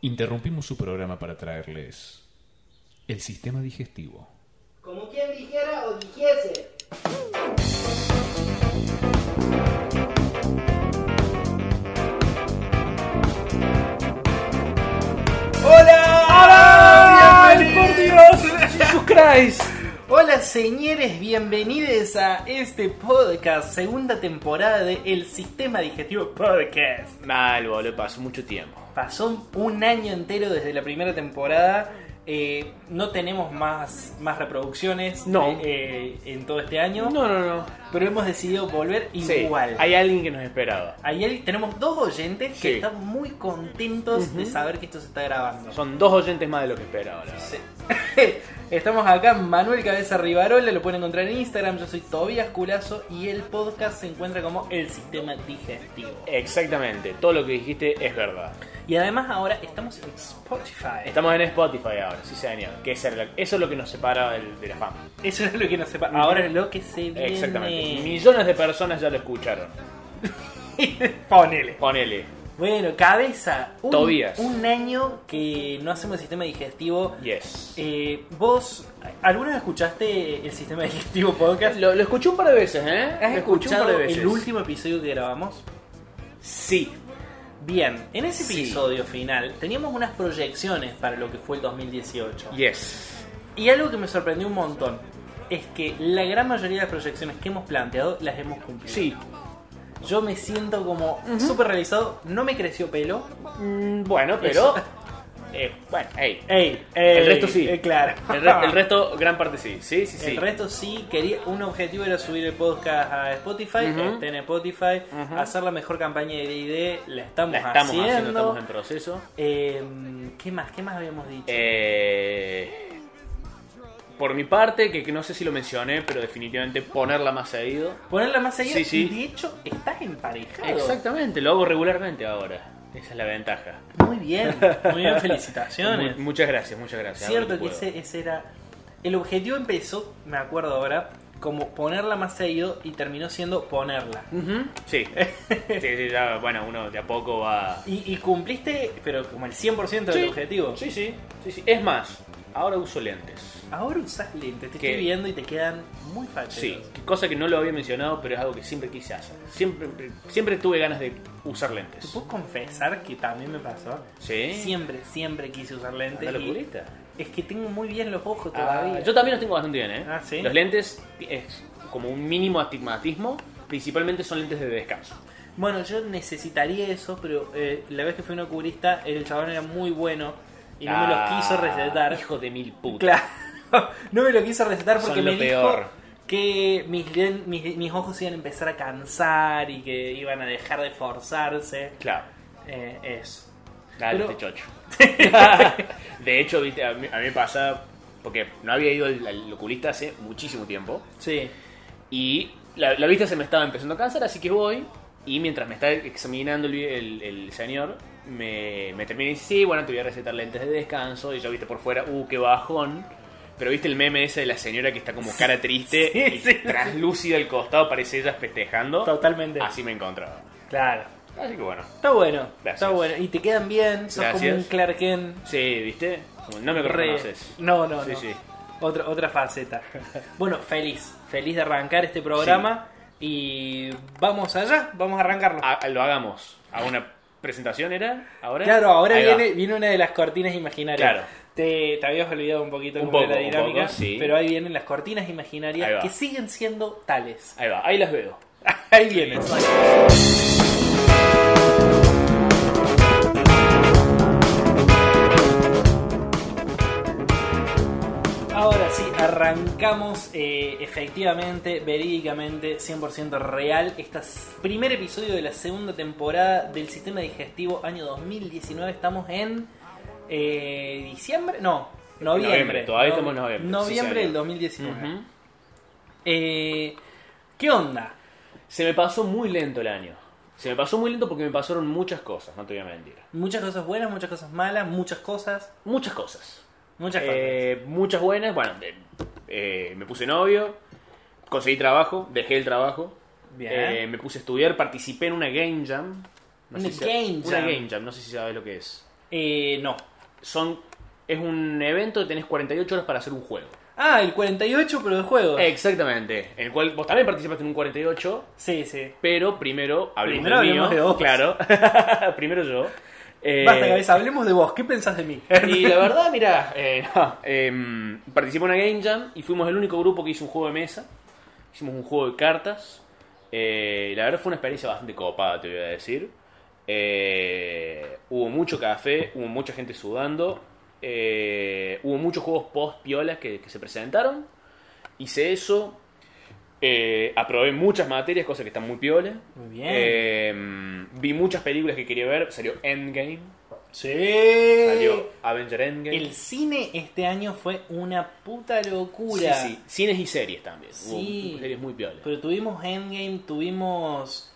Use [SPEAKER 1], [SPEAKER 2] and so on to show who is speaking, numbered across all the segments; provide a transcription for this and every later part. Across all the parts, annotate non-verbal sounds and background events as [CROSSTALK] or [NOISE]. [SPEAKER 1] Interrumpimos su programa para traerles el sistema digestivo.
[SPEAKER 2] Como quien dijera o dijese.
[SPEAKER 3] ¡Hola! ¡Por Dios! ¡Jesus Christ!
[SPEAKER 2] Hola señores, bienvenidos a este podcast, segunda temporada de El Sistema Digestivo Podcast.
[SPEAKER 3] Mal, boludo, pasó mucho tiempo.
[SPEAKER 2] Pasó un año entero desde la primera temporada. eh, no tenemos más, más reproducciones
[SPEAKER 3] No.
[SPEAKER 2] eh, en todo este año,
[SPEAKER 3] No, no, no.
[SPEAKER 2] pero hemos decidido volver
[SPEAKER 3] Sí,
[SPEAKER 2] igual.
[SPEAKER 3] hay alguien que nos esperaba.
[SPEAKER 2] Ayer tenemos dos oyentes que
[SPEAKER 3] Sí.
[SPEAKER 2] están muy contentos de saber que esto se está grabando. [LAUGHS]
[SPEAKER 3] Son dos oyentes más de lo que esperaba, la verdad.
[SPEAKER 2] Sí. Estamos acá, Manuel Cabeza Rivarola, lo pueden encontrar en Instagram, yo soy Tobías Culazo y el podcast se encuentra como El Sistema Digestivo.
[SPEAKER 3] Exactamente, todo lo que dijiste es verdad.
[SPEAKER 2] Y además ahora estamos en Spotify.
[SPEAKER 3] Estamos en Spotify ahora, sí señor. Que esa era la- eso es lo que nos separa del- de la fama.
[SPEAKER 2] Eso es lo que nos sepa. Ahora es lo que se viene. [LAUGHS]
[SPEAKER 3] Exactamente. Millones de personas ya lo escucharon.
[SPEAKER 2] Ponele.
[SPEAKER 3] Ponele.
[SPEAKER 2] Bueno, cabeza. Un,
[SPEAKER 3] Tobías.
[SPEAKER 2] un año que no hacemos sistema digestivo.
[SPEAKER 3] Yes.
[SPEAKER 2] Eh, ¿Vos alguna vez escuchaste el sistema digestivo podcast?
[SPEAKER 3] Lo, lo escuché un par de veces, ¿eh?
[SPEAKER 2] ¿Has
[SPEAKER 3] Lo escuché un
[SPEAKER 2] escuchado
[SPEAKER 3] par de veces.
[SPEAKER 2] el último episodio que grabamos?
[SPEAKER 3] Sí.
[SPEAKER 2] Bien, en ese
[SPEAKER 3] Sí.
[SPEAKER 2] episodio final teníamos unas proyecciones para lo que fue el 2018.
[SPEAKER 3] Yes.
[SPEAKER 2] Y algo que me sorprendió un montón es que la gran mayoría de las proyecciones que hemos planteado las hemos cumplido.
[SPEAKER 3] Sí.
[SPEAKER 2] Yo me siento como súper realizado, no me creció pelo.
[SPEAKER 3] Mm, bueno, pero...
[SPEAKER 2] Eso.
[SPEAKER 3] eh, bueno, [LAUGHS] hey.
[SPEAKER 2] Ey, ey,
[SPEAKER 3] El resto sí.
[SPEAKER 2] eh, claro.
[SPEAKER 3] El, re- el resto, gran parte sí. Sí, [LAUGHS] sí, sí.
[SPEAKER 2] El resto sí, quería, un objetivo era subir el podcast a Spotify,
[SPEAKER 3] Ujú.
[SPEAKER 2] está en Spotify,
[SPEAKER 3] Ujú.
[SPEAKER 2] hacer la mejor campaña de DD, la estamos,
[SPEAKER 3] La estamos haciendo,
[SPEAKER 2] haciendo.
[SPEAKER 3] estamos en proceso.
[SPEAKER 2] Em, ¿Qué más? ¿Qué más habíamos dicho?
[SPEAKER 3] Eh, por mi parte, que, que no sé si lo mencioné, pero definitivamente ponerla más seguido.
[SPEAKER 2] Ponerla más seguido.
[SPEAKER 3] Sí, sí.
[SPEAKER 2] Y de hecho, estás emparejado.
[SPEAKER 3] Exactamente, lo hago regularmente ahora. Esa es la ventaja.
[SPEAKER 2] Muy bien. Muy
[SPEAKER 3] [LAUGHS]
[SPEAKER 2] bien, felicitaciones.
[SPEAKER 3] Mu- muchas gracias, muchas gracias.
[SPEAKER 2] Cierto
[SPEAKER 3] hago
[SPEAKER 2] que
[SPEAKER 3] lo puedo.
[SPEAKER 2] ese, ese era. El objetivo empezó, me acuerdo ahora, como ponerla más seguido y terminó siendo ponerla.
[SPEAKER 3] Ujú,
[SPEAKER 2] [LAUGHS]
[SPEAKER 3] Sí. sí, sí, ya, bueno, uno de a poco va...
[SPEAKER 2] Y, y cumpliste, pero como el 100% del
[SPEAKER 3] Sí,
[SPEAKER 2] objetivo.
[SPEAKER 3] Sí, sí, sí, sí. Es más, ahora uso lentes.
[SPEAKER 2] Ahora usás lentes, te
[SPEAKER 3] ¿Qué?
[SPEAKER 2] estoy viendo y te quedan muy fáciles.
[SPEAKER 3] Sí, cosa que no lo había mencionado, pero es algo que siempre quise hacer. Siempre, siempre tuve ganas de usar
[SPEAKER 2] ¿Te
[SPEAKER 3] lentes.
[SPEAKER 2] puedo confesar que también me pasó?
[SPEAKER 3] Sí.
[SPEAKER 2] Siempre, siempre quise usar lentes.
[SPEAKER 3] Una
[SPEAKER 2] y
[SPEAKER 3] locurita.
[SPEAKER 2] es que tengo muy bien los ojos
[SPEAKER 3] Ah,
[SPEAKER 2] todavía.
[SPEAKER 3] yo también los tengo bastante bien, ¿eh?
[SPEAKER 2] Ah, ¿sí?
[SPEAKER 3] Los lentes es como un mínimo astigmatismo. Principalmente son lentes de descanso.
[SPEAKER 2] Bueno, yo necesitaría eso, pero eh, la vez que fui un oculista, el chabón era muy bueno y no me los
[SPEAKER 3] Ah,
[SPEAKER 2] quiso recetar.
[SPEAKER 3] Hijo de mil putas.
[SPEAKER 2] Claro, [LAUGHS] no me lo quiso recetar
[SPEAKER 3] Son
[SPEAKER 2] porque
[SPEAKER 3] lo
[SPEAKER 2] me
[SPEAKER 3] peor.
[SPEAKER 2] dijo que mis, len- mis, mis ojos iban a empezar a cansar y que iban a dejar de forzarse.
[SPEAKER 3] Claro.
[SPEAKER 2] Eh, eso.
[SPEAKER 3] Dale,
[SPEAKER 2] Pero- [LAUGHS]
[SPEAKER 3] este chocho. de hecho, viste, a mí, a mí me pasa. Porque no había ido al, al oculista hace muchísimo tiempo.
[SPEAKER 2] Sí.
[SPEAKER 3] Y la, la vista se me estaba empezando a cansar, así que voy. Y mientras me está examinando el, vi- el- el señor, me, me termina y dice, sí, bueno, te voy a recetar lentes de descanso. Y yo, viste, por fuera, uh, qué bajón. Pero viste el meme ese de la señora que está como cara triste
[SPEAKER 2] sí,
[SPEAKER 3] y
[SPEAKER 2] sí.
[SPEAKER 3] translúcida al costado, parece ella festejando.
[SPEAKER 2] Totalmente.
[SPEAKER 3] Así me encontraba.
[SPEAKER 2] Claro.
[SPEAKER 3] Así que bueno.
[SPEAKER 2] Está bueno.
[SPEAKER 3] Gracias.
[SPEAKER 2] Está bueno. Y te quedan bien. Sos como
[SPEAKER 3] Gracias.
[SPEAKER 2] un Clark Kent.
[SPEAKER 3] Sí, viste, Como no me
[SPEAKER 2] Re-
[SPEAKER 3] reconoces.
[SPEAKER 2] No, no,
[SPEAKER 3] Sí,
[SPEAKER 2] no.
[SPEAKER 3] sí.
[SPEAKER 2] Otra, otra faceta. [LAUGHS] Bueno, feliz. Feliz de arrancar este programa. Y vamos allá, vamos a arrancarlo.
[SPEAKER 3] Ha- lo hagamos. ¿A una presentación era? ¿Ahora?
[SPEAKER 2] Claro, ahora
[SPEAKER 3] Ahí va.
[SPEAKER 2] viene, viene una de las cortinas imaginarias.
[SPEAKER 3] Claro.
[SPEAKER 2] Te, te habías olvidado un poquito
[SPEAKER 3] Un
[SPEAKER 2] cómo era
[SPEAKER 3] poco,
[SPEAKER 2] la
[SPEAKER 3] un
[SPEAKER 2] dinámica,
[SPEAKER 3] poco, sí.
[SPEAKER 2] pero ahí vienen las cortinas
[SPEAKER 3] Ahí
[SPEAKER 2] imaginarias
[SPEAKER 3] va.
[SPEAKER 2] que siguen siendo tales.
[SPEAKER 3] Ahí va, ahí las veo.
[SPEAKER 2] [LAUGHS] Ahí vienen. Ahora sí, arrancamos eh, efectivamente, verídicamente, 100% real, este primer episodio de la segunda temporada del Sistema Digestivo año 2019. Estamos en eh, diciembre, no, noviembre.
[SPEAKER 3] Noviembre, todavía estamos en noviembre,
[SPEAKER 2] Noviembre
[SPEAKER 3] sí,
[SPEAKER 2] del
[SPEAKER 3] señor.
[SPEAKER 2] 2019.
[SPEAKER 3] Ujú.
[SPEAKER 2] Eh, ¿Qué onda?
[SPEAKER 3] Se me pasó muy lento el año. Se me pasó muy lento porque me pasaron muchas cosas, no te voy a mentir.
[SPEAKER 2] Muchas cosas buenas, muchas cosas malas, muchas cosas,
[SPEAKER 3] Muchas cosas.
[SPEAKER 2] muchas cosas.
[SPEAKER 3] Eh, muchas buenas. Bueno, eh, eh, me puse novio, conseguí trabajo, dejé el trabajo,
[SPEAKER 2] Bien.
[SPEAKER 3] eh, me puse a estudiar, participé en una game jam.
[SPEAKER 2] Una
[SPEAKER 3] si-
[SPEAKER 2] game
[SPEAKER 3] Una
[SPEAKER 2] jam.
[SPEAKER 3] game jam, no sé si sabes lo que es.
[SPEAKER 2] Eh, no.
[SPEAKER 3] Son, es un evento que tenés 48 horas para hacer un juego.
[SPEAKER 2] Ah, el 48, pero de juego.
[SPEAKER 3] Exactamente. En el cual vos también participaste en un 48,
[SPEAKER 2] Sí, sí.
[SPEAKER 3] pero primero hablemos
[SPEAKER 2] Primero
[SPEAKER 3] del
[SPEAKER 2] hablemos
[SPEAKER 3] mío.
[SPEAKER 2] de vos.
[SPEAKER 3] Claro. [LAUGHS] primero yo. Eh,
[SPEAKER 2] Basta, cabeza, hablemos de vos. ¿Qué pensás de mí?
[SPEAKER 3] [LAUGHS] Y la verdad, mira, eh, [LAUGHS] no, em, participé en una Game Jam y fuimos el único grupo que hizo un juego de mesa. Hicimos un juego de cartas. Eh, la verdad fue una experiencia bastante copada, te voy a decir. Eh, hubo mucho café, hubo mucha gente sudando. eh, hubo muchos juegos post-piolas que, que se presentaron. Hice eso. eh, aprobé muchas materias, cosas que están muy piolas.
[SPEAKER 2] Muy bien.
[SPEAKER 3] vi muchas películas que quería ver. Salió Endgame.
[SPEAKER 2] sí.
[SPEAKER 3] Salió Avenger Endgame.
[SPEAKER 2] Eh, El cine este año fue una puta locura.
[SPEAKER 3] Sí, sí. Cines y series también. Hubo
[SPEAKER 2] Sí.
[SPEAKER 3] series muy piolas.
[SPEAKER 2] Pero tuvimos Endgame, tuvimos.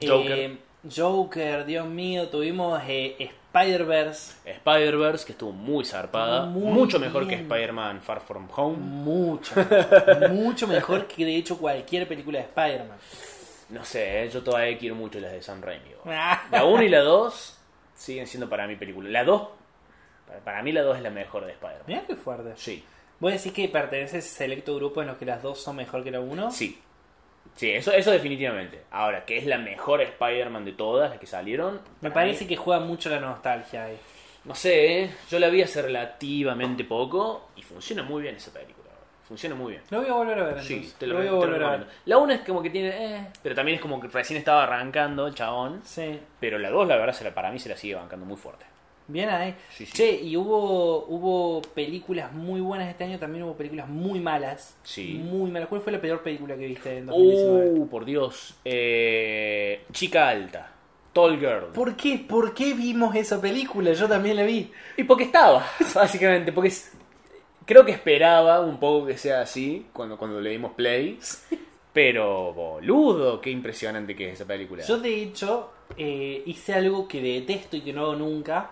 [SPEAKER 2] eh,
[SPEAKER 3] Joker.
[SPEAKER 2] Joker, Dios mío, tuvimos eh, Spider-Verse.
[SPEAKER 3] Spider-Verse, que estuvo muy zarpada.
[SPEAKER 2] Muy
[SPEAKER 3] mucho mejor
[SPEAKER 2] bien. Mm.
[SPEAKER 3] que Spider-Man Far From Home. [LAUGHS]
[SPEAKER 2] Mucho, mucho mejor que de hecho cualquier película de Spider-Man.
[SPEAKER 3] No sé, eh, yo todavía quiero mucho las de Sam Raimi. vos. La 1 y la 2 siguen siendo para mí películas. La 2, para- para mí la 2 es la mejor de Spider-Man.
[SPEAKER 2] Mira qué fuerte.
[SPEAKER 3] Sí,
[SPEAKER 2] ¿Vos decís que perteneces a ese selecto grupo en los que las dos son mejor que la uno?
[SPEAKER 3] sí. Sí, eso, eso definitivamente. Ahora, que es la mejor Spider-Man de todas las que salieron.
[SPEAKER 2] Me
[SPEAKER 3] para
[SPEAKER 2] parece
[SPEAKER 3] mí-
[SPEAKER 2] que juega mucho la nostalgia ahí.
[SPEAKER 3] No sé, eh, yo la vi hace relativamente poco y funciona muy bien esa película. Funciona muy bien.
[SPEAKER 2] Lo voy a volver a ver.
[SPEAKER 3] Sí,
[SPEAKER 2] entonces.
[SPEAKER 3] te lo,
[SPEAKER 2] voy a
[SPEAKER 3] te lo
[SPEAKER 2] volver a ver.
[SPEAKER 3] recomiendo. La 1 es como que tiene. eh, pero también es como que recién estaba arrancando el chabón.
[SPEAKER 2] Sí.
[SPEAKER 3] Pero la 2, la verdad, se la- para mí se la sigue bancando muy fuerte.
[SPEAKER 2] Bien ahí.
[SPEAKER 3] Sí, sí.
[SPEAKER 2] Che, y hubo, hubo películas muy buenas este año, también hubo películas muy malas.
[SPEAKER 3] Sí.
[SPEAKER 2] Muy malas. ¿Cuál fue la peor película que viste en 2019?
[SPEAKER 3] Uh, por Dios. Eh, chica alta. Tall Girl.
[SPEAKER 2] ¿Por qué? ¿Por qué vimos esa película? Yo también la vi.
[SPEAKER 3] Y porque estaba, [LAUGHS] básicamente. Porque es- creo que esperaba un poco que sea así cuando, cuando le dimos play. Pero, boludo, qué impresionante que es esa película.
[SPEAKER 2] Yo de hecho eh, hice algo que detesto y que no hago nunca,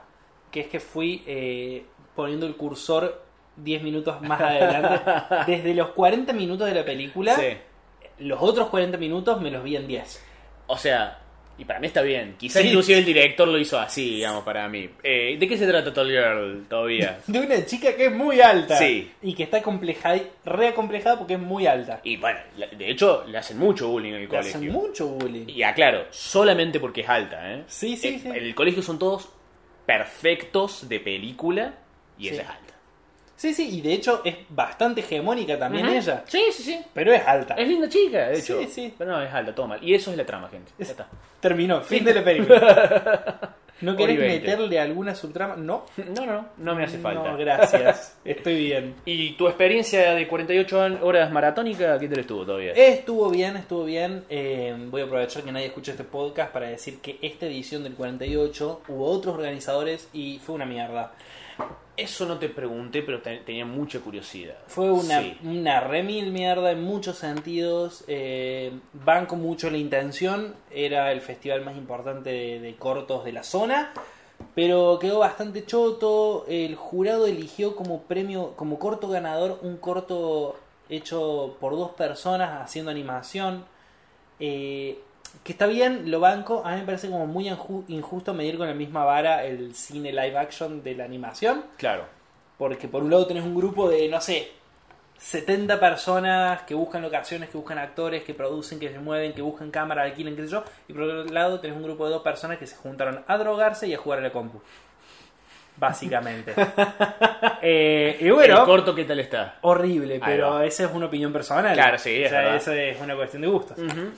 [SPEAKER 2] que es que fui eh, poniendo el cursor 10 minutos más [LAUGHS] adelante. Desde los 40 minutos de la película,
[SPEAKER 3] Sí.
[SPEAKER 2] los otros 40 minutos me los vi en 10.
[SPEAKER 3] O sea, y para mí está bien. Quizás
[SPEAKER 2] Sí.
[SPEAKER 3] inclusive el director lo hizo así, digamos, para mí. Eh, ¿De qué se trata Tall Girl
[SPEAKER 2] [LAUGHS]
[SPEAKER 3] todavía?
[SPEAKER 2] De una chica que es muy alta.
[SPEAKER 3] Sí.
[SPEAKER 2] Y que está complejada, reacomplejada porque es muy alta.
[SPEAKER 3] y bueno, la- de hecho, le hacen mucho bullying en el
[SPEAKER 2] Le
[SPEAKER 3] colegio.
[SPEAKER 2] hacen mucho bullying.
[SPEAKER 3] y aclaro, solamente porque es alta, ¿eh?
[SPEAKER 2] Sí, sí,
[SPEAKER 3] Eh,
[SPEAKER 2] sí.
[SPEAKER 3] En el colegio son todos perfectos de película y
[SPEAKER 2] Sí.
[SPEAKER 3] ella es alta.
[SPEAKER 2] Sí, sí, y de hecho es bastante hegemónica también
[SPEAKER 3] Ujú.
[SPEAKER 2] ella.
[SPEAKER 3] Sí, sí, sí.
[SPEAKER 2] Pero es alta.
[SPEAKER 3] Es linda chica, de
[SPEAKER 2] Sí,
[SPEAKER 3] hecho.
[SPEAKER 2] sí.
[SPEAKER 3] Pero no, es alta, todo mal. Y eso es la trama, gente. Ya está. [LAUGHS]
[SPEAKER 2] Terminó, fin de la película. [LAUGHS] ¿No querés
[SPEAKER 3] Hora y veinte.
[SPEAKER 2] meterle alguna subtrama? No.
[SPEAKER 3] No, no, no me hace falta.
[SPEAKER 2] No, [LAUGHS] gracias. Estoy bien.
[SPEAKER 3] ¿Y tu experiencia de 48 an- horas maratónica, qué tal estuvo todavía?
[SPEAKER 2] Estuvo bien, estuvo bien. Eh, voy a aprovechar que nadie escucha este podcast para decir que esta edición del 48 hubo otros organizadores y fue una mierda.
[SPEAKER 3] Eso no te pregunté, pero te- tenía mucha curiosidad.
[SPEAKER 2] Fue una,
[SPEAKER 3] Sí.
[SPEAKER 2] una remil mierda en muchos sentidos. eh, banco mucho la intención. Era el festival más importante de, de cortos de la zona. Pero quedó bastante choto. El jurado eligió como premio, como corto ganador, un corto hecho por dos personas haciendo animación. eh, que está bien, lo banco. A mí me parece como muy anju- injusto medir con la misma vara el cine live action de la animación.
[SPEAKER 3] Claro.
[SPEAKER 2] Porque por un lado tenés un grupo de, no sé, 70 personas que buscan locaciones, que buscan actores, que producen, que se mueven, que buscan cámara, alquilan, qué sé yo. Y por otro lado tenés un grupo de dos personas que se juntaron a drogarse y a jugar a la compu. Básicamente.
[SPEAKER 3] [LAUGHS]
[SPEAKER 2] Eh, y
[SPEAKER 3] ¿El
[SPEAKER 2] bueno,
[SPEAKER 3] corto qué tal está?
[SPEAKER 2] horrible, pero
[SPEAKER 3] va.
[SPEAKER 2] esa es una opinión personal.
[SPEAKER 3] Claro, sí, es
[SPEAKER 2] O sea,
[SPEAKER 3] verdad. Mm.
[SPEAKER 2] eso es una cuestión de gustos.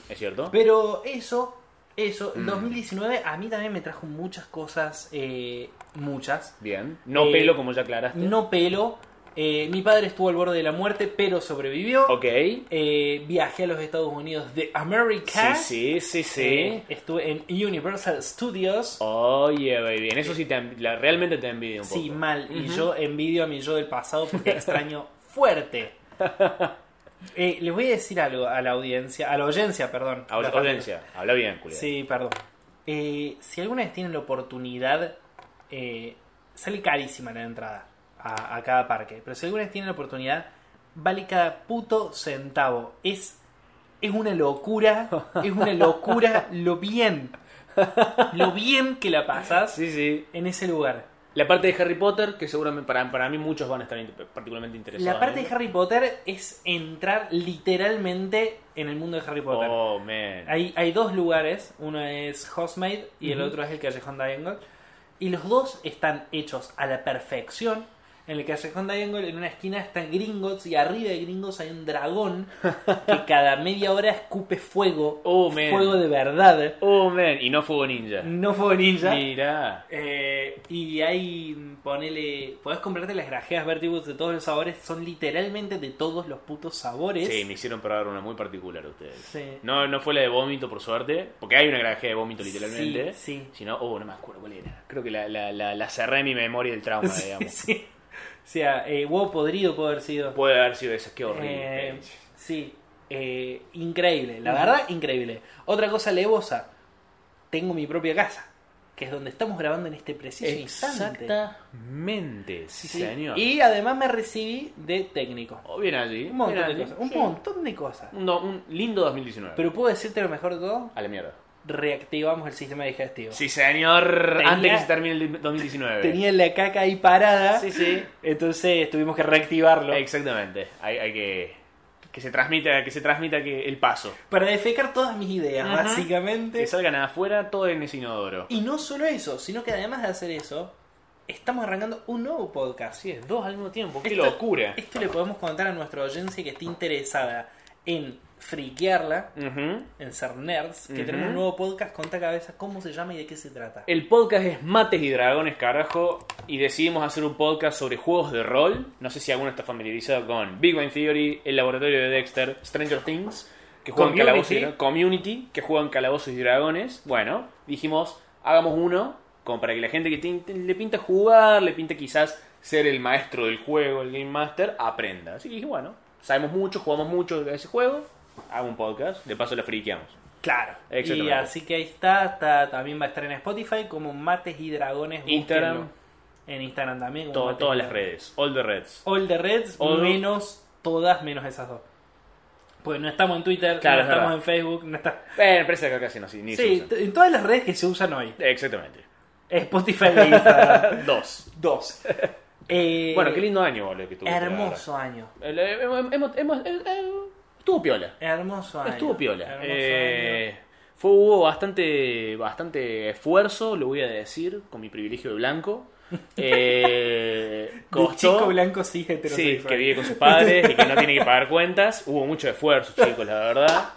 [SPEAKER 3] ¿Es cierto?
[SPEAKER 2] Pero eso, eso,
[SPEAKER 3] Mm.
[SPEAKER 2] el 2019 a mí también me trajo muchas cosas, eh, muchas.
[SPEAKER 3] Bien. No
[SPEAKER 2] Eh,
[SPEAKER 3] pelo, como ya aclaraste.
[SPEAKER 2] No pelo. Eh, mi padre estuvo al borde de la muerte, pero sobrevivió.
[SPEAKER 3] Ok.
[SPEAKER 2] Eh, viajé a los Estados Unidos de América.
[SPEAKER 3] Sí, sí, sí, sí. Oh,
[SPEAKER 2] Eh, estuve en Universal Studios.
[SPEAKER 3] Oye, baby. En eso sí, te, en- la- realmente te envidio un poco.
[SPEAKER 2] sí, mal. Y yo envidio a mi yo del pasado porque extraño
[SPEAKER 3] [LAUGHS]
[SPEAKER 2] fuerte. Eh, les voy a decir algo a la audiencia, a la audiencia, perdón.
[SPEAKER 3] Ahora,
[SPEAKER 2] La-
[SPEAKER 3] audiencia, habla bien, culiado.
[SPEAKER 2] Sí, perdón. Eh, si alguna vez tienen la oportunidad, eh, sale carísima la entrada a, a cada parque, pero si alguna vez tienen la oportunidad, vale cada puto centavo. Es, es una
[SPEAKER 3] [LAUGHS]
[SPEAKER 2] locura, es una locura lo bien, lo bien que la pasas
[SPEAKER 3] sí. sí.
[SPEAKER 2] en ese lugar.
[SPEAKER 3] La parte de Harry Potter, que seguramente para, para mí muchos van a estar in- particularmente interesados.
[SPEAKER 2] La parte
[SPEAKER 3] ¿no?
[SPEAKER 2] de Harry Potter es entrar literalmente en el mundo de Harry Potter.
[SPEAKER 3] Oh, man.
[SPEAKER 2] Hay, hay dos lugares, uno es Hogsmeade y el
[SPEAKER 3] Ujú.
[SPEAKER 2] otro es el Callejón Diagonal. Y los dos están hechos a la perfección. En el Callejón Diagonal, en una esquina, están Gringotts y arriba de Gringotts hay un dragón
[SPEAKER 3] [LAUGHS]
[SPEAKER 2] que cada media hora escupe fuego.
[SPEAKER 3] Oh, man.
[SPEAKER 2] fuego de verdad.
[SPEAKER 3] Oh, man. Y no Fuego Ninja.
[SPEAKER 2] No fuego ninja.
[SPEAKER 3] Mirá.
[SPEAKER 2] Eh, y hay, ponele, podés comprarte las grajeas Vertibus de todos los sabores, son literalmente de todos los putos sabores.
[SPEAKER 3] Sí, me hicieron probar una muy particular a ustedes.
[SPEAKER 2] Sí.
[SPEAKER 3] No, no fue la de vómito, por suerte. Porque hay una granja de vómito, literalmente.
[SPEAKER 2] Sí, sí.
[SPEAKER 3] Si no, oh, no me acuerdo cuál era. Creo que la, la, la, la cerré en mi memoria del trauma,
[SPEAKER 2] Sí,
[SPEAKER 3] digamos.
[SPEAKER 2] sí. O sea, eh, huevo podrido puede haber sido.
[SPEAKER 3] Puede haber sido eso, qué horrible.
[SPEAKER 2] Eh, sí, eh, increíble, la verdad, increíble. Otra cosa levosa, tengo mi propia casa, que es donde estamos grabando en este preciso instante.
[SPEAKER 3] Exactamente, sí,
[SPEAKER 2] Sí.
[SPEAKER 3] señor.
[SPEAKER 2] Y además me recibí de técnico.
[SPEAKER 3] O bien allí.
[SPEAKER 2] Un montón
[SPEAKER 3] bien
[SPEAKER 2] de
[SPEAKER 3] allí,
[SPEAKER 2] cosas. Un
[SPEAKER 3] sí.
[SPEAKER 2] montón de cosas.
[SPEAKER 3] Un, do- un lindo 2019.
[SPEAKER 2] Pero puedo decirte lo mejor de todo,
[SPEAKER 3] a la mierda.
[SPEAKER 2] reactivamos el sistema digestivo.
[SPEAKER 3] Sí, señor.
[SPEAKER 2] Tenía-
[SPEAKER 3] Antes que se termine el 2019.
[SPEAKER 2] Tenía la caca ahí parada,
[SPEAKER 3] Sí, sí.
[SPEAKER 2] entonces tuvimos que reactivarlo.
[SPEAKER 3] Exactamente. Hay, hay que. Que se transmita, que se transmita que el paso.
[SPEAKER 2] Para defecar todas mis ideas,
[SPEAKER 3] Ajá.
[SPEAKER 2] básicamente.
[SPEAKER 3] Que salgan afuera todo en ese inodoro.
[SPEAKER 2] Y no solo eso, sino que además de hacer eso, estamos arrancando un nuevo podcast.
[SPEAKER 3] Así es, dos al mismo tiempo. Qué
[SPEAKER 2] Esto-
[SPEAKER 3] locura.
[SPEAKER 2] Esto le podemos contar a nuestra audiencia que esté interesada en friquearla,
[SPEAKER 3] Ujú.
[SPEAKER 2] en ser nerds, que
[SPEAKER 3] Ujú. Eh,
[SPEAKER 2] tenemos un nuevo podcast, contá cabeza cómo se llama y de qué se trata.
[SPEAKER 3] El podcast es Mates y Dragones, carajo, y decidimos hacer un podcast sobre juegos de rol. No sé si alguno está familiarizado con Big Bang Theory, El Laboratorio de Dexter, Stranger Things, que juegan
[SPEAKER 2] Community.
[SPEAKER 3] calabozos y dra- Community, que juegan calabozos y dragones. Bueno, dijimos, hagamos uno, como para que la gente que tin- le pinta jugar, le pinta quizás ser el maestro del juego, el Game Master, aprenda. Así que dije, bueno, sabemos mucho, jugamos mucho de ese juego, hago un podcast, de paso la friqueamos.
[SPEAKER 2] Claro. Y
[SPEAKER 3] Exactamente.
[SPEAKER 2] así que ahí está, está- también va a estar en Spotify como Mates y Dragones.
[SPEAKER 3] Instagram.
[SPEAKER 2] búsquenlo. En Instagram también. como
[SPEAKER 3] Todo-
[SPEAKER 2] Mates y
[SPEAKER 3] todas las
[SPEAKER 2] Dragones.
[SPEAKER 3] redes, all the reds.
[SPEAKER 2] All the Reds,
[SPEAKER 3] All-
[SPEAKER 2] menos todas, menos esas dos. Pues no estamos en Twitter, no
[SPEAKER 3] Claro, es
[SPEAKER 2] estamos
[SPEAKER 3] verdad.
[SPEAKER 2] en Facebook, no está...
[SPEAKER 3] Bueno, parece que casi no, sí, ni se
[SPEAKER 2] Sí,
[SPEAKER 3] usan.
[SPEAKER 2] t- en todas las redes que se usan hoy. [LAUGHS]
[SPEAKER 3] Exactamente.
[SPEAKER 2] Spotify e Instagram.
[SPEAKER 3] [LAUGHS] Dos.
[SPEAKER 2] Dos. Eh,
[SPEAKER 3] bueno, qué lindo año, boludo, que tuvo.
[SPEAKER 2] Hermoso año.
[SPEAKER 3] El- eh, hemos- hemos- hemos- eh, eh, estuvo piola.
[SPEAKER 2] Hermoso año.
[SPEAKER 3] Estuvo piola.
[SPEAKER 2] Hermoso
[SPEAKER 3] Eh, fue, hubo bastante, bastante esfuerzo, lo voy a decir, con mi privilegio
[SPEAKER 2] [LAUGHS]
[SPEAKER 3] de blanco. Eh,
[SPEAKER 2] año. De
[SPEAKER 3] costó.
[SPEAKER 2] chico blanco sí
[SPEAKER 3] Sí,
[SPEAKER 2] heterosexual.
[SPEAKER 3] que vive con sus padres y que no
[SPEAKER 2] [LAUGHS]
[SPEAKER 3] tiene que pagar cuentas. Hubo mucho esfuerzo, chicos, la verdad.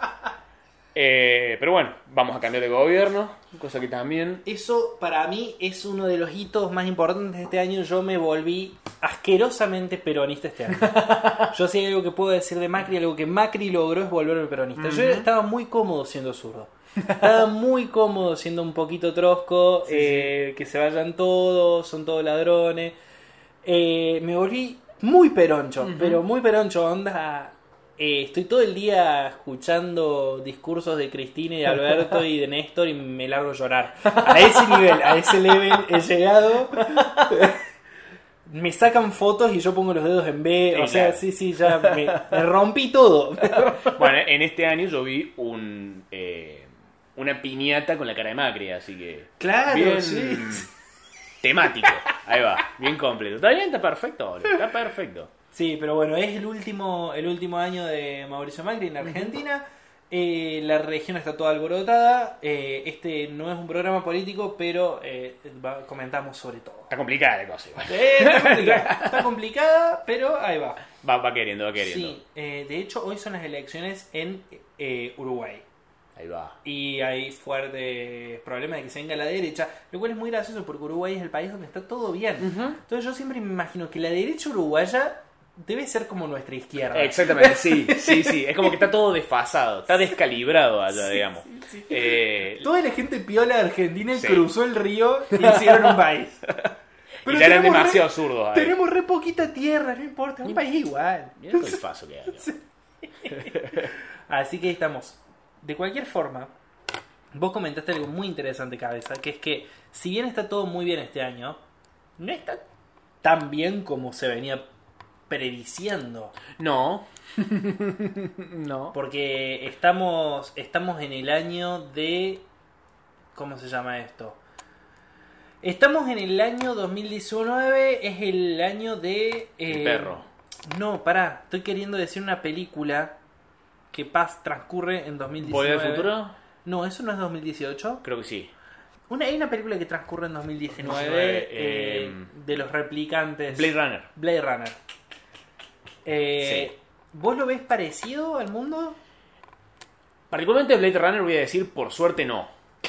[SPEAKER 3] Eh, pero bueno, vamos a cambiar de gobierno, cosa que también
[SPEAKER 2] Eso para mí es uno de los hitos más importantes de este año. Yo me volví asquerosamente peronista este año. Yo sí hay algo que puedo decir de Macri, algo que Macri logró es volverme peronista. Yo
[SPEAKER 3] Ujú.
[SPEAKER 2] estaba muy cómodo siendo zurdo. Estaba muy cómodo siendo un poquito trosco, eh, que se vayan todos, son todos ladrones. Eh, me volví muy peroncho, pero muy peroncho, onda. eh, estoy todo el día escuchando discursos de Cristina y de Alberto y de Néstor y me largo a llorar. A ese nivel, a ese level he llegado. Me sacan fotos y yo pongo los dedos en B.
[SPEAKER 3] Sí,
[SPEAKER 2] o sea,
[SPEAKER 3] claro.
[SPEAKER 2] sí, sí, ya me, me rompí todo.
[SPEAKER 3] Bueno, en este año yo vi un, eh, una piñata con la cara de Macri, así que.
[SPEAKER 2] Claro,
[SPEAKER 3] bien
[SPEAKER 2] sí. [LAUGHS]
[SPEAKER 3] Temático. Ahí va, bien completo. Está bien, está perfecto, boludo, está perfecto.
[SPEAKER 2] Sí, pero bueno, es el último, el último año de Mauricio Macri en Argentina. Eh, la región está toda alborotada. Eh, este no es un programa político, pero eh, va- comentamos sobre
[SPEAKER 3] [LAUGHS]
[SPEAKER 2] todo.
[SPEAKER 3] Está complicada la cosa igual.
[SPEAKER 2] Eh, está complicada, está complicada, pero ahí va.
[SPEAKER 3] Va, va queriendo, va queriendo.
[SPEAKER 2] Sí, eh, de hecho, hoy son las elecciones en eh, Uruguay.
[SPEAKER 3] Ahí va.
[SPEAKER 2] Y hay fuertes problemas de que se venga la derecha, lo cual es muy gracioso porque Uruguay es el país donde está todo bien. Entonces yo siempre me imagino que la derecha uruguaya debe ser como nuestra izquierda. [LAUGHS]
[SPEAKER 3] Exactamente, sí, sí, sí. Es como que está todo desfasado, está descalibrado allá, digamos. Eh,
[SPEAKER 2] Toda la gente piola de Argentina
[SPEAKER 3] Sí.
[SPEAKER 2] cruzó el río y hicieron un país.
[SPEAKER 3] [LAUGHS] y ya eran
[SPEAKER 2] tenemos re-
[SPEAKER 3] demasiado zurdos ahí.
[SPEAKER 2] Tenemos re poquita tierra, no importa, es un país igual.
[SPEAKER 3] Mirá todo el faso que hay.
[SPEAKER 2] Así que ahí estamos. De cualquier forma, vos comentaste algo muy interesante, cabeza, que es que si bien está todo muy bien este año, no está tan bien como se venía prediciendo.
[SPEAKER 3] No. no.
[SPEAKER 2] Porque estamos, estamos en el año de... ¿Cómo se llama esto? Estamos en el año 2019, es el año de... eh,
[SPEAKER 3] El perro.
[SPEAKER 2] No, pará, estoy queriendo decir una película que pas transcurre en 2019.
[SPEAKER 3] ¿Volver al futuro?
[SPEAKER 2] No, eso no es 2018.
[SPEAKER 3] Creo que sí.
[SPEAKER 2] Una, hay una película que transcurre en 2019
[SPEAKER 3] 2019,
[SPEAKER 2] eh,
[SPEAKER 3] eh,
[SPEAKER 2] de los replicantes.
[SPEAKER 3] Blade Runner.
[SPEAKER 2] Blade Runner. Eh, ¿Vos lo ves parecido al mundo?
[SPEAKER 3] Particularmente Blade Runner voy a decir, por
[SPEAKER 2] [LAUGHS]
[SPEAKER 3] suerte no.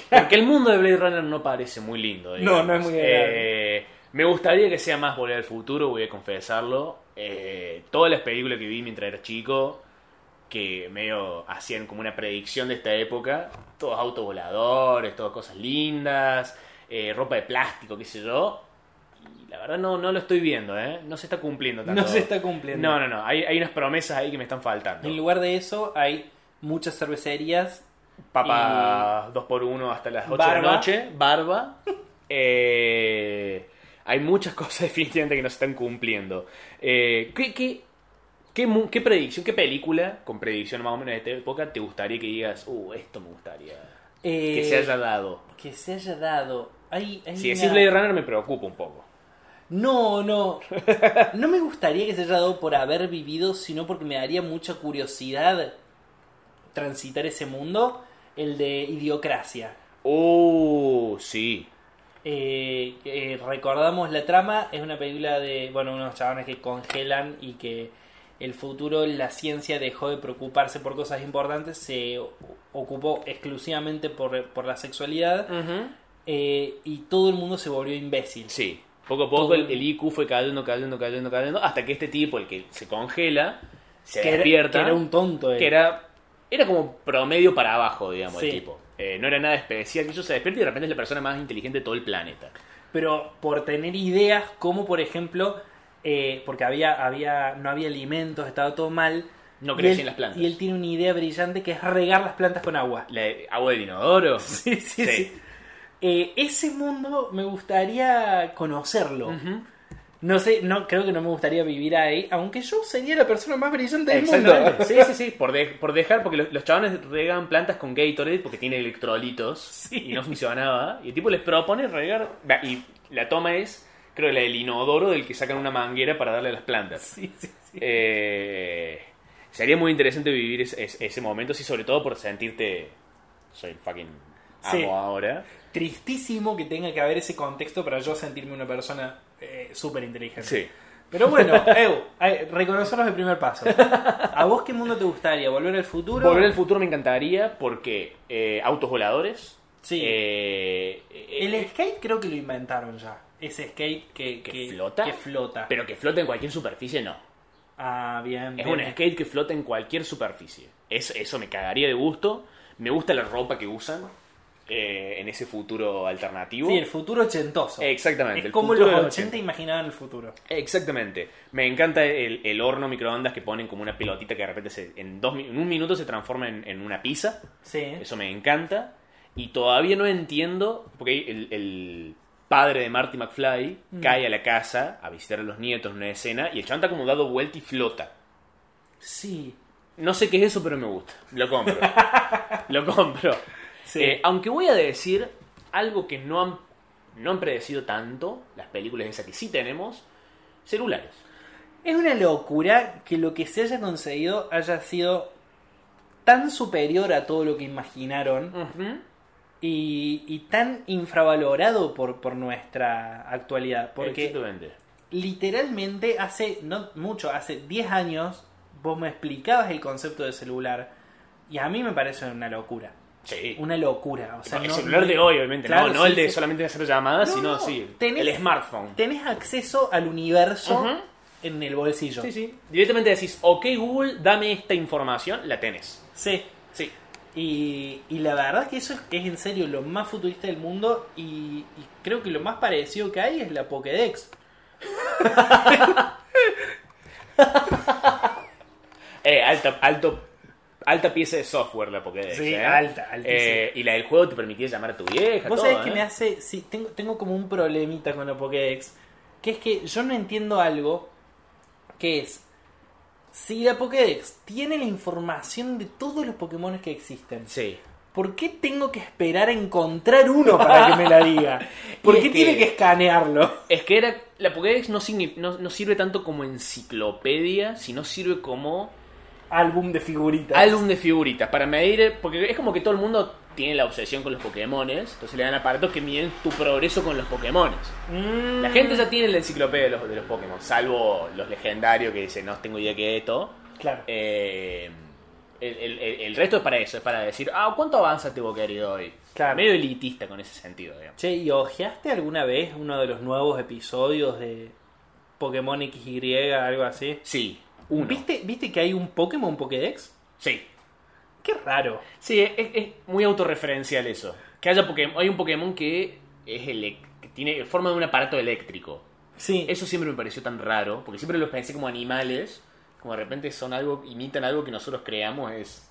[SPEAKER 3] Porque el mundo de Blade Runner no parece muy lindo. digamos.
[SPEAKER 2] no es muy
[SPEAKER 3] Eh, me gustaría que sea más Volver al Futuro, voy a confesarlo. Eh, todas las películas que vi mientras era chico, que medio hacían como una predicción de esta época, todos autovoladores, todas cosas lindas, eh, ropa de plástico, qué sé yo. Y la verdad no, no lo estoy viendo, ¿eh? No se está cumpliendo tanto.
[SPEAKER 2] No se está cumpliendo.
[SPEAKER 3] No, no, no. Hay, hay unas promesas ahí que me están faltando.
[SPEAKER 2] En lugar de eso, hay muchas cervecerías.
[SPEAKER 3] Papa 2x1 hasta las 8 de
[SPEAKER 2] Barba.
[SPEAKER 3] la noche, barba. [LAUGHS] Eh, hay muchas [LAUGHS] cosas definitivamente que no se están cumpliendo. Eh, ¿qué, qué, qué, mu- qué predicción, qué película con predicción más o menos de esta época te gustaría que digas, uh, esto me gustaría
[SPEAKER 2] eh,
[SPEAKER 3] que se haya dado?
[SPEAKER 2] que se haya dado. Hay, hay
[SPEAKER 3] Si
[SPEAKER 2] una-
[SPEAKER 3] decís Blade Runner me preocupa un poco.
[SPEAKER 2] No, no. No me gustaría que se haya dado por haber vivido, sino porque me daría mucha curiosidad transitar ese mundo, el de idiocracia.
[SPEAKER 3] Uh, sí.
[SPEAKER 2] Eh, eh, recordamos la trama, es una película de, bueno, unos chavales que congelan y que el futuro, la ciencia dejó de preocuparse por cosas importantes, se o- ocupó exclusivamente por, por la sexualidad eh, y todo el mundo se volvió imbécil.
[SPEAKER 3] Sí. Poco a poco
[SPEAKER 2] Todo
[SPEAKER 3] el,
[SPEAKER 2] el-
[SPEAKER 3] el IQ fue cayendo, cayendo, cayendo, cayendo, hasta que este tipo, el que se congela, se
[SPEAKER 2] que, era,
[SPEAKER 3] despierta.
[SPEAKER 2] que era un tonto. eh. él.
[SPEAKER 3] que era era como promedio para abajo, digamos, el
[SPEAKER 2] Sí.
[SPEAKER 3] tipo. Eh, no era nada especial, que yo se despierta y de repente es la persona más inteligente de todo el planeta.
[SPEAKER 2] pero por tener ideas como por ejemplo eh, porque había había no había alimentos estaba todo mal
[SPEAKER 3] No
[SPEAKER 2] Y
[SPEAKER 3] crecen
[SPEAKER 2] él-
[SPEAKER 3] las plantas.
[SPEAKER 2] y él tiene una idea brillante que es regar las plantas con agua
[SPEAKER 3] La de- agua del
[SPEAKER 2] [LAUGHS]
[SPEAKER 3] inodoro.
[SPEAKER 2] sí sí sí,
[SPEAKER 3] Sí.
[SPEAKER 2] Eh, ese mundo me gustaría conocerlo
[SPEAKER 3] Ujú.
[SPEAKER 2] no sé no creo que no me gustaría vivir ahí aunque yo sería la persona más brillante del mundo [LAUGHS]
[SPEAKER 3] Exactamente. Sí, sí, sí. Por, de- por dejar, porque los, los chavales regan plantas con Gatorade porque tiene electrolitos y no funcionaba. Y el tipo les propone regar. va, Y la toma es, creo, la del inodoro del que sacan una manguera para darle a las plantas.
[SPEAKER 2] Sí, sí, sí.
[SPEAKER 3] Eh, sería muy interesante vivir es- es- ese momento, sí, sobre todo por sentirte. Soy el fucking amo
[SPEAKER 2] Sí.
[SPEAKER 3] ahora.
[SPEAKER 2] tristísimo que tenga que haber ese contexto para yo sentirme una persona eh, súper inteligente
[SPEAKER 3] Sí.
[SPEAKER 2] Pero bueno, [LAUGHS] Eu, ay, reconocernos el primer paso. ¿A vos qué mundo te gustaría? ¿Volver al futuro?
[SPEAKER 3] Volver al futuro me encantaría porque eh, autos voladores.
[SPEAKER 2] Sí.
[SPEAKER 3] eh, eh,
[SPEAKER 2] El skate creo que lo inventaron ya. Ese skate que,
[SPEAKER 3] ¿Que flota?
[SPEAKER 2] que flota.
[SPEAKER 3] Pero que flota en cualquier superficie, no.
[SPEAKER 2] Ah, bien.
[SPEAKER 3] Es
[SPEAKER 2] bien.
[SPEAKER 3] un skate que flota en cualquier superficie. Es- eso me cagaría de gusto. Me gusta la ropa que usan eh, en ese futuro alternativo.
[SPEAKER 2] Sí, el futuro ochentoso.
[SPEAKER 3] Exactamente.
[SPEAKER 2] Es
[SPEAKER 3] el
[SPEAKER 2] como los
[SPEAKER 3] futuro
[SPEAKER 2] 80,
[SPEAKER 3] de los 80.
[SPEAKER 2] imaginaban el futuro.
[SPEAKER 3] Exactamente. Me encanta el, el horno microondas que ponen como una pelotita que de repente se- en, dos, mi- en un minuto se transforma en, en una pizza.
[SPEAKER 2] Sí.
[SPEAKER 3] Eso me encanta. Y todavía no entiendo, porque el, el padre de Marty McFly
[SPEAKER 2] Mm.
[SPEAKER 3] cae a la casa a visitar a los nietos en una escena y el chabón está como dado vuelta y flota.
[SPEAKER 2] Sí.
[SPEAKER 3] No sé qué es eso, pero me gusta.
[SPEAKER 2] [LAUGHS]
[SPEAKER 3] Lo compro. Lo compro.
[SPEAKER 2] Sí.
[SPEAKER 3] Eh, aunque voy a decir algo que no han, no han predecido tanto las películas esas que sí tenemos, celulares.
[SPEAKER 2] Es una locura que lo que se haya conseguido haya sido tan superior a todo lo que imaginaron y, y tan infravalorado por, por nuestra actualidad. Porque
[SPEAKER 3] Exactamente.
[SPEAKER 2] literalmente hace, no mucho, hace 10 años vos me explicabas el concepto de celular y a mí me parece una locura.
[SPEAKER 3] Sí.
[SPEAKER 2] Una locura. O sea,
[SPEAKER 3] el
[SPEAKER 2] no-
[SPEAKER 3] celular de hoy, obviamente.
[SPEAKER 2] Claro,
[SPEAKER 3] no no
[SPEAKER 2] sí,
[SPEAKER 3] el de
[SPEAKER 2] sí.
[SPEAKER 3] solamente hacer llamadas,
[SPEAKER 2] No,
[SPEAKER 3] sino
[SPEAKER 2] no,
[SPEAKER 3] sí,
[SPEAKER 2] tenés-
[SPEAKER 3] el smartphone.
[SPEAKER 2] Tenés acceso al universo
[SPEAKER 3] Ujú.
[SPEAKER 2] en el bolsillo.
[SPEAKER 3] Sí, sí. Directamente decís, ok Google, dame esta información, la tenés.
[SPEAKER 2] Sí.
[SPEAKER 3] Sí.
[SPEAKER 2] Y, y la verdad que eso es, es en serio lo más futurista del mundo y, y creo que lo más parecido que hay es la Pokédex.
[SPEAKER 3] Eh, alta, alto, alta pieza de software la Pokédex.
[SPEAKER 2] Sí,
[SPEAKER 3] eh.
[SPEAKER 2] alta, altísima.
[SPEAKER 3] Eh, y la del juego te permitía llamar a tu vieja.
[SPEAKER 2] Vos
[SPEAKER 3] todo,
[SPEAKER 2] sabés que
[SPEAKER 3] eh.
[SPEAKER 2] me hace. Sí, tengo, tengo como un problemita con la Pokédex. Que es que yo no entiendo algo. Que es. Si la Pokédex tiene la información de todos los Pokémon que existen,
[SPEAKER 3] Sí.
[SPEAKER 2] [LAUGHS] ¿por qué tengo que esperar a encontrar uno para que me la diga? ¿Por
[SPEAKER 3] es
[SPEAKER 2] qué tiene que escanearlo?
[SPEAKER 3] Es que era, la Pokédex no, signi- no, no sirve tanto como enciclopedia, sino sirve como
[SPEAKER 2] Álbum de figuritas.
[SPEAKER 3] álbum de figuritas. Para medir, porque es como que todo el mundo tiene la obsesión con los Pokémones, entonces le dan aparatos que miden tu progreso con los Pokémones.
[SPEAKER 2] Mm.
[SPEAKER 3] La gente ya tiene la enciclopedia de los, de los Pokémon, salvo los legendarios que dicen, no tengo idea que es esto.
[SPEAKER 2] Claro.
[SPEAKER 3] Eh, el, el- el- el resto es para eso, es para decir, ah, ¿cuánto avanza tu querido hoy?
[SPEAKER 2] Claro.
[SPEAKER 3] Medio elitista con ese sentido, digamos.
[SPEAKER 2] Che, ¿y ojeaste alguna vez uno de los nuevos episodios de Pokémon XY, algo así?
[SPEAKER 3] Sí, uno.
[SPEAKER 2] ¿Viste, ¿Viste que hay un Pokémon Pokédex?
[SPEAKER 3] Sí.
[SPEAKER 2] Qué raro.
[SPEAKER 3] Sí, es, es muy autorreferencial eso. Que haya Pokémon, hay un Pokémon que es elec- que tiene forma de un aparato eléctrico.
[SPEAKER 2] Sí.
[SPEAKER 3] Eso siempre me pareció tan raro, porque siempre los pensé como animales, como de repente son algo, imitan algo que nosotros creamos, es.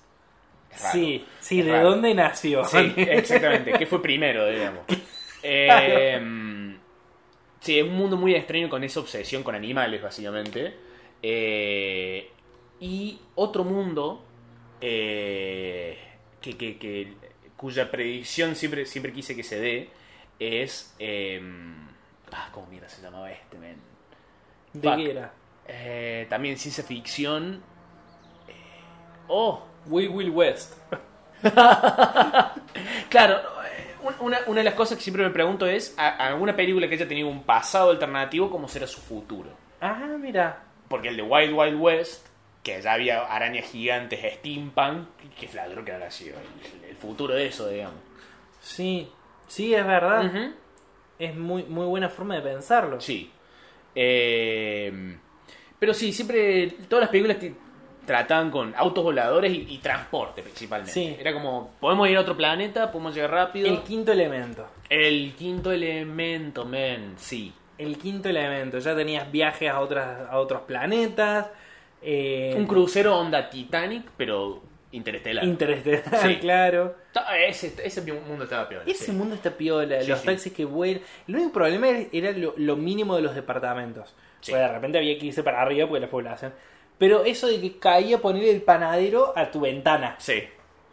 [SPEAKER 3] es raro.
[SPEAKER 2] sí, sí,
[SPEAKER 3] Es
[SPEAKER 2] ¿de
[SPEAKER 3] raro.
[SPEAKER 2] dónde nació? [LAUGHS]
[SPEAKER 3] Sí, exactamente. ¿Qué fue primero, digamos? Eh, sí, es un mundo muy extraño con esa obsesión con animales, básicamente. Eh, y otro mundo eh, que, que- que- cuya predicción siempre, siempre quise que se dé es... eh, ah, ¿Cómo mierda se llamaba este, men?
[SPEAKER 2] ¿De
[SPEAKER 3] Fuck.
[SPEAKER 2] qué era?
[SPEAKER 3] Eh, también ciencia ficción. Eh, oh,
[SPEAKER 2] We Will West.
[SPEAKER 3] [LAUGHS] Claro, eh, un- una, una de las cosas que siempre me pregunto es, ¿a- ¿alguna película que haya tenido un pasado alternativo, cómo será su futuro?
[SPEAKER 2] Ah, mira.
[SPEAKER 3] Porque el de Wild Wild West, que ya había arañas gigantes, steampunk, que fladro que habrá sido el, el futuro de eso, digamos.
[SPEAKER 2] Sí, sí, es verdad.
[SPEAKER 3] Ujú.
[SPEAKER 2] Es muy, muy buena forma de pensarlo.
[SPEAKER 3] Sí. Eh, pero sí, siempre todas las películas que trataban con autos voladores y, y transporte principalmente.
[SPEAKER 2] Sí.
[SPEAKER 3] Era como, podemos ir a otro planeta, podemos llegar rápido.
[SPEAKER 2] El quinto elemento.
[SPEAKER 3] el quinto elemento, men, sí.
[SPEAKER 2] El quinto elemento. Ya tenías viajes a, otras, a otros planetas. eh,
[SPEAKER 3] Un crucero onda Titanic, pero interestelar.
[SPEAKER 2] Interestelar,
[SPEAKER 3] Sí.
[SPEAKER 2] [LAUGHS] claro.
[SPEAKER 3] Ta- ese, ese mundo estaba peor.
[SPEAKER 2] Ese
[SPEAKER 3] sí.
[SPEAKER 2] mundo está piola,
[SPEAKER 3] Sí,
[SPEAKER 2] los
[SPEAKER 3] sí.
[SPEAKER 2] taxis que vuelan. El único problema era- era lo, lo mínimo de los departamentos.
[SPEAKER 3] Sí.
[SPEAKER 2] Porque de repente había que irse para arriba porque la población. Pero eso de que caía poner el panadero a tu ventana.
[SPEAKER 3] Sí.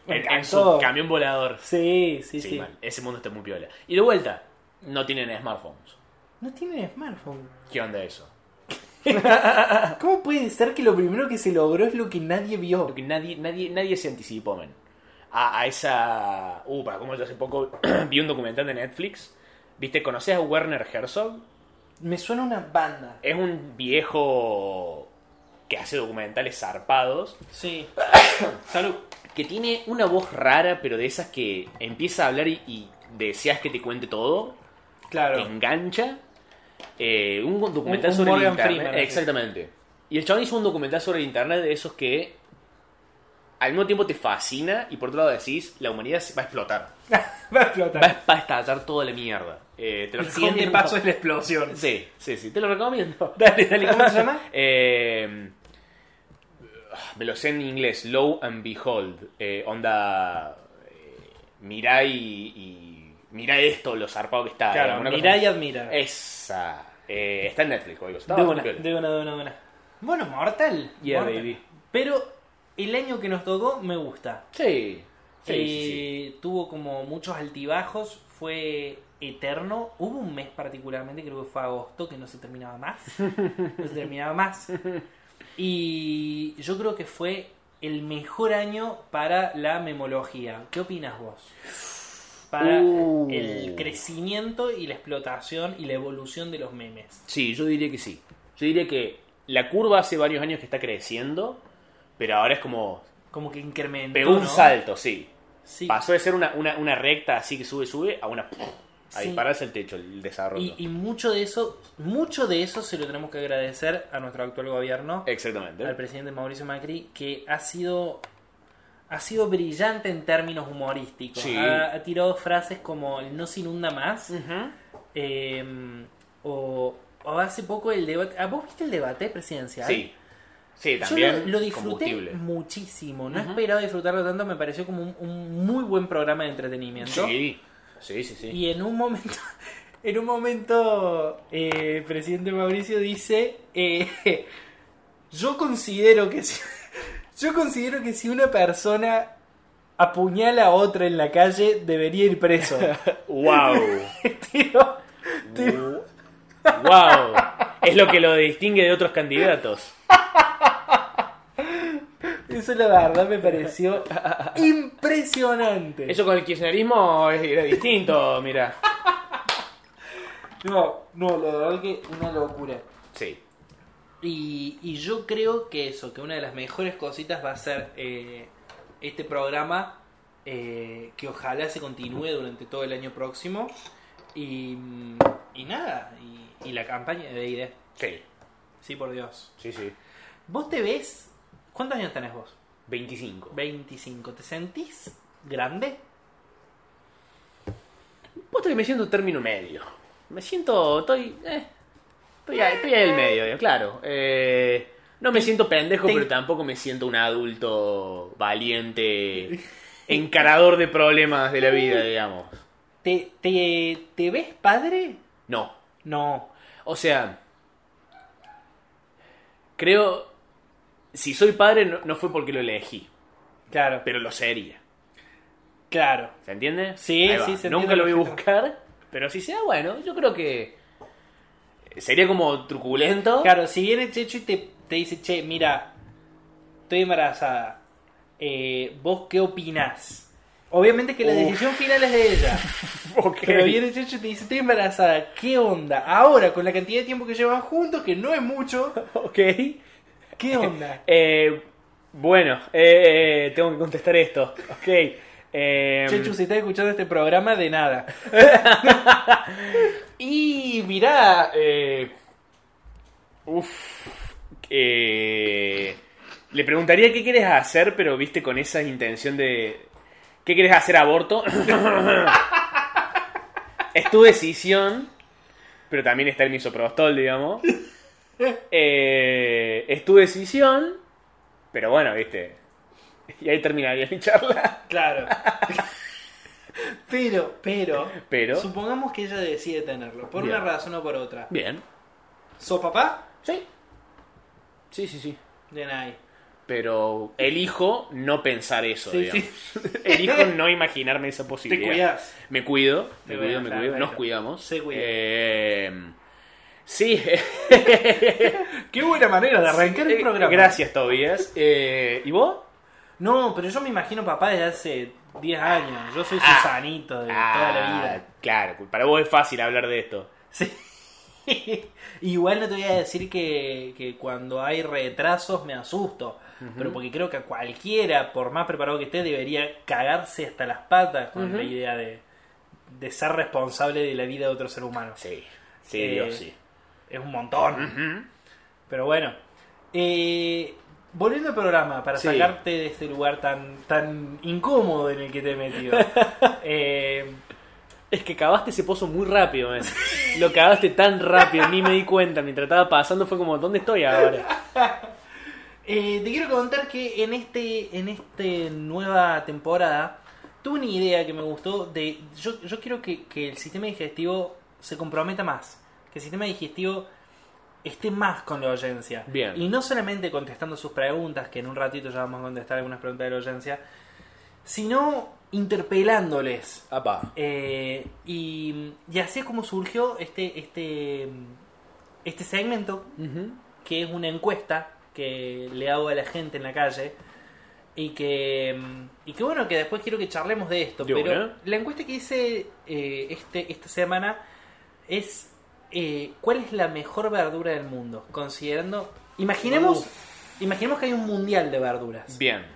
[SPEAKER 2] Me
[SPEAKER 3] En, en su
[SPEAKER 2] encantó.
[SPEAKER 3] camión volador.
[SPEAKER 2] Sí, sí,
[SPEAKER 3] Sí,
[SPEAKER 2] sí.
[SPEAKER 3] man, ese mundo está muy piola. Y de vuelta, no tienen smartphones.
[SPEAKER 2] No tienen smartphone.
[SPEAKER 3] ¿Qué onda eso?
[SPEAKER 2] ¿Cómo puede ser que lo primero que se logró es lo que nadie vio?
[SPEAKER 3] Porque nadie, nadie, nadie se anticipó, man. A, a esa. Uh, para como yo hace poco [CLEARS THROAT] vi un documental de Netflix. ¿Viste? ¿Conoces a Werner Herzog?
[SPEAKER 2] Me suena una banda.
[SPEAKER 3] Es un viejo que hace documentales zarpados.
[SPEAKER 2] Sí. Salud.
[SPEAKER 3] que tiene una voz rara, pero de esas que empieza a hablar y, y deseas que te cuente todo, te
[SPEAKER 2] Claro.
[SPEAKER 3] engancha. Eh, un
[SPEAKER 2] Un-
[SPEAKER 3] documental
[SPEAKER 2] un
[SPEAKER 3] sobre el
[SPEAKER 2] Morgan
[SPEAKER 3] internet.
[SPEAKER 2] Freeman, así.
[SPEAKER 3] Exactamente. Y el chabón hizo un documental sobre el internet de esos que al mismo tiempo te fascina y por otro lado decís, la humanidad se va a explotar.
[SPEAKER 2] [LAUGHS] Va a
[SPEAKER 3] Va a,
[SPEAKER 2] explotar.
[SPEAKER 3] va a estallar toda la mierda. Eh, te lo
[SPEAKER 2] El siguiente
[SPEAKER 3] recomiendo.
[SPEAKER 2] paso es la explosión.
[SPEAKER 3] Sí, sí, sí, te lo recomiendo.
[SPEAKER 2] [LAUGHS] Dale, dale, ¿cómo se llama?
[SPEAKER 3] [LAUGHS] Eh, me lo sé en inglés, Low and Behold. Eh, onda. eh, mirá y, y- Mirá esto, lo zarpado que está.
[SPEAKER 2] Claro,
[SPEAKER 3] alguna cosa
[SPEAKER 2] mirá y
[SPEAKER 3] así.
[SPEAKER 2] admira.
[SPEAKER 3] Esa. Eh, está en Netflix, oigo. Está
[SPEAKER 2] De una,
[SPEAKER 3] bastante bien.
[SPEAKER 2] de una, de una, de una. Bueno, Mortal.
[SPEAKER 3] Yeah,
[SPEAKER 2] Mortal.
[SPEAKER 3] baby.
[SPEAKER 2] Pero el año que nos tocó me gusta.
[SPEAKER 3] Sí. Sí, sí, sí.
[SPEAKER 2] Eh, Tuvo como muchos altibajos, fue eterno. Hubo un mes particularmente, creo que fue agosto, que no se terminaba [LAUGHS] más. No se terminaba más. Y yo creo que fue el mejor año para la memología. ¿Qué opinas vos? Para
[SPEAKER 3] Uh.
[SPEAKER 2] el crecimiento y la explotación y la evolución de los memes.
[SPEAKER 3] Sí, yo diría que sí. Yo diría que la curva hace varios años que está creciendo, pero ahora es como.
[SPEAKER 2] Como que incrementó.
[SPEAKER 3] Pegó un
[SPEAKER 2] ¿no?
[SPEAKER 3] salto, sí.
[SPEAKER 2] Sí.
[SPEAKER 3] Pasó de ser una, una, una recta así que sube, sube, a una. A
[SPEAKER 2] Sí.
[SPEAKER 3] dispararse el techo, el desarrollo.
[SPEAKER 2] Y, y mucho de eso, mucho de eso se lo tenemos que agradecer a nuestro actual gobierno,
[SPEAKER 3] Exactamente.
[SPEAKER 2] al presidente Mauricio Macri, que ha sido ha sido brillante en términos humorísticos.
[SPEAKER 3] Sí. Mm.
[SPEAKER 2] Ha, ha tirado frases como el no se inunda más. eh, o, o hace poco el debate. ¿Ah, ¿Vos viste el debate presidencial?
[SPEAKER 3] Sí. Sí,
[SPEAKER 2] Yo
[SPEAKER 3] también.
[SPEAKER 2] lo, lo disfruté
[SPEAKER 3] combustible.
[SPEAKER 2] muchísimo. No
[SPEAKER 3] Ujú.
[SPEAKER 2] esperaba disfrutarlo tanto. Me pareció como un, un muy buen programa de entretenimiento.
[SPEAKER 3] Sí. Sí, sí, sí.
[SPEAKER 2] Y en un momento, [LAUGHS] en un momento, eh, presidente Mauricio dice, eh, [LAUGHS] yo considero que si, [LAUGHS] yo considero que si una persona [LAUGHS] apuñala a otra en la calle debería ir preso.
[SPEAKER 3] ¡Wow!
[SPEAKER 2] Tiró, tío.
[SPEAKER 3] ¡Wow! Es lo que lo distingue de otros candidatos.
[SPEAKER 2] Eso la verdad me [LAUGHS] pareció impresionante.
[SPEAKER 3] Eso con el kirchnerismo es- era distinto, mira.
[SPEAKER 2] No, no, la verdad que una locura.
[SPEAKER 3] Sí.
[SPEAKER 2] Y, y yo creo que eso, que una de las mejores cositas va a ser eh, este programa eh, que ojalá se continúe durante todo el año próximo. Y, mm, y nada, y, y la campaña de ID.
[SPEAKER 3] Sí.
[SPEAKER 2] Sí, por Dios.
[SPEAKER 3] Sí, sí.
[SPEAKER 2] ¿Vos te ves? ¿Cuántos años tenés vos?
[SPEAKER 3] 25.
[SPEAKER 2] 25. ¿Te sentís grande?
[SPEAKER 3] Puesto que me siento término medio. Me siento. Estoy. eh, estoy, ahí, estoy ahí en el medio, eh, claro. Eh, no me siento pendejo,
[SPEAKER 2] te-
[SPEAKER 3] pero tampoco me siento un adulto [LAUGHS] valiente, encarador de problemas de la vida, digamos.
[SPEAKER 2] ¿Te, te, te ves padre?
[SPEAKER 3] No.
[SPEAKER 2] No.
[SPEAKER 3] O sea. Creo. Si soy padre, no, no fue porque lo elegí,
[SPEAKER 2] Claro,
[SPEAKER 3] pero lo sería.
[SPEAKER 2] claro.
[SPEAKER 3] ¿Se entiende?
[SPEAKER 2] Sí,
[SPEAKER 3] Ahí va.
[SPEAKER 2] sí, se
[SPEAKER 3] Nunca lo voy a
[SPEAKER 2] entiende
[SPEAKER 3] buscar, pero si sea bueno, yo creo que. Sería como
[SPEAKER 2] [LAUGHS]
[SPEAKER 3] truculento.
[SPEAKER 2] Claro, si viene Checho y te, te dice, che, mira, estoy embarazada, eh, ¿vos qué opinás? Obviamente que la
[SPEAKER 3] Uf.
[SPEAKER 2] decisión final es de ella.
[SPEAKER 3] Ok. [LAUGHS]
[SPEAKER 2] Pero viene Checho y te dice, estoy embarazada, ¿qué onda? Ahora, con la cantidad de tiempo que llevan juntos, que no es mucho,
[SPEAKER 3] Ok.
[SPEAKER 2] ¿qué
[SPEAKER 3] [LAUGHS]
[SPEAKER 2] onda?
[SPEAKER 3] Eh, bueno, eh, tengo que contestar esto. Ok. Eh,
[SPEAKER 2] Checho, si estás escuchando este programa, de nada.
[SPEAKER 3] y mirá. Eh, uf. eh, le preguntaría qué quieres hacer, pero viste con esa intención de. ¿Qué quieres hacer, aborto? [LAUGHS] es tu decisión, pero también está el misoprostol, digamos. Eh, es tu decisión, pero bueno, viste. Y ahí terminaría mi charla.
[SPEAKER 2] Claro. [LAUGHS] pero, pero,
[SPEAKER 3] Pero.
[SPEAKER 2] supongamos que ella decide tenerlo, por
[SPEAKER 3] Bien.
[SPEAKER 2] una razón o por otra.
[SPEAKER 3] Bien.
[SPEAKER 2] ¿Sos papá?
[SPEAKER 3] Sí. Sí, sí, sí.
[SPEAKER 2] De nadie.
[SPEAKER 3] Pero elijo no pensar eso,
[SPEAKER 2] Sí,
[SPEAKER 3] digamos. [LAUGHS] Elijo no imaginarme esa
[SPEAKER 2] Te
[SPEAKER 3] posibilidad.
[SPEAKER 2] cuidás.
[SPEAKER 3] Me cuido, me
[SPEAKER 2] Te
[SPEAKER 3] cuido,
[SPEAKER 2] cuidas,
[SPEAKER 3] me
[SPEAKER 2] claro,
[SPEAKER 3] cuido.
[SPEAKER 2] ahí
[SPEAKER 3] Nos
[SPEAKER 2] está.
[SPEAKER 3] cuidamos.
[SPEAKER 2] Se cuida.
[SPEAKER 3] Eh, sí. [LAUGHS]
[SPEAKER 2] Qué buena manera de arrancar el
[SPEAKER 3] Eh,
[SPEAKER 2] programa.
[SPEAKER 3] Gracias, Tobias. Eh, ¿Y vos?
[SPEAKER 2] No, pero yo me imagino papá desde hace 10 años. Yo soy
[SPEAKER 3] Ah.
[SPEAKER 2] Susanito de toda la
[SPEAKER 3] Ah,
[SPEAKER 2] vida. [LAUGHS]
[SPEAKER 3] Claro, para vos es fácil hablar de esto.
[SPEAKER 2] Sí. Igual no te voy a decir que, que cuando hay retrasos me asusto. Pero porque creo que a cualquiera, por más preparado que esté, debería cagarse hasta las patas con la
[SPEAKER 3] Ujú.
[SPEAKER 2] idea de, de ser responsable de la vida de otro ser humano.
[SPEAKER 3] Sí, sí,
[SPEAKER 2] Eh,
[SPEAKER 3] Dios, sí.
[SPEAKER 2] Es un montón.
[SPEAKER 3] Ujú.
[SPEAKER 2] Pero bueno. Eh, volviendo al programa, para
[SPEAKER 3] Sí.
[SPEAKER 2] sacarte de este lugar tan, tan incómodo en el que te he
[SPEAKER 3] [LAUGHS]
[SPEAKER 2] metido. Eh,
[SPEAKER 3] Es que cavaste ese pozo muy rápido, man. Lo cavaste tan rápido, ni me di cuenta. Mientras estaba pasando fue como, ¿dónde estoy ahora?
[SPEAKER 2] eh, te quiero contar que en este en esta nueva temporada tuve una idea que me gustó de yo, yo quiero que, que el sistema digestivo se comprometa más, que el sistema digestivo esté más con la audiencia.
[SPEAKER 3] Bien.
[SPEAKER 2] Y no solamente contestando sus preguntas, que en un ratito ya vamos a contestar algunas preguntas de la audiencia, sino interpelándoles.
[SPEAKER 3] Apa.
[SPEAKER 2] Eh, y, y así es como surgió este, este, este segmento, que es una encuesta que le hago a la gente en la calle. Y que, mm, y que bueno, que después quiero que charlemos de esto.
[SPEAKER 3] De
[SPEAKER 2] pero
[SPEAKER 3] una.
[SPEAKER 2] la encuesta que hice eh, este, esta semana es eh, cuál es la mejor verdura del mundo, considerando... Imaginemos, imaginemos que hay un mundial de verduras.
[SPEAKER 3] Bien.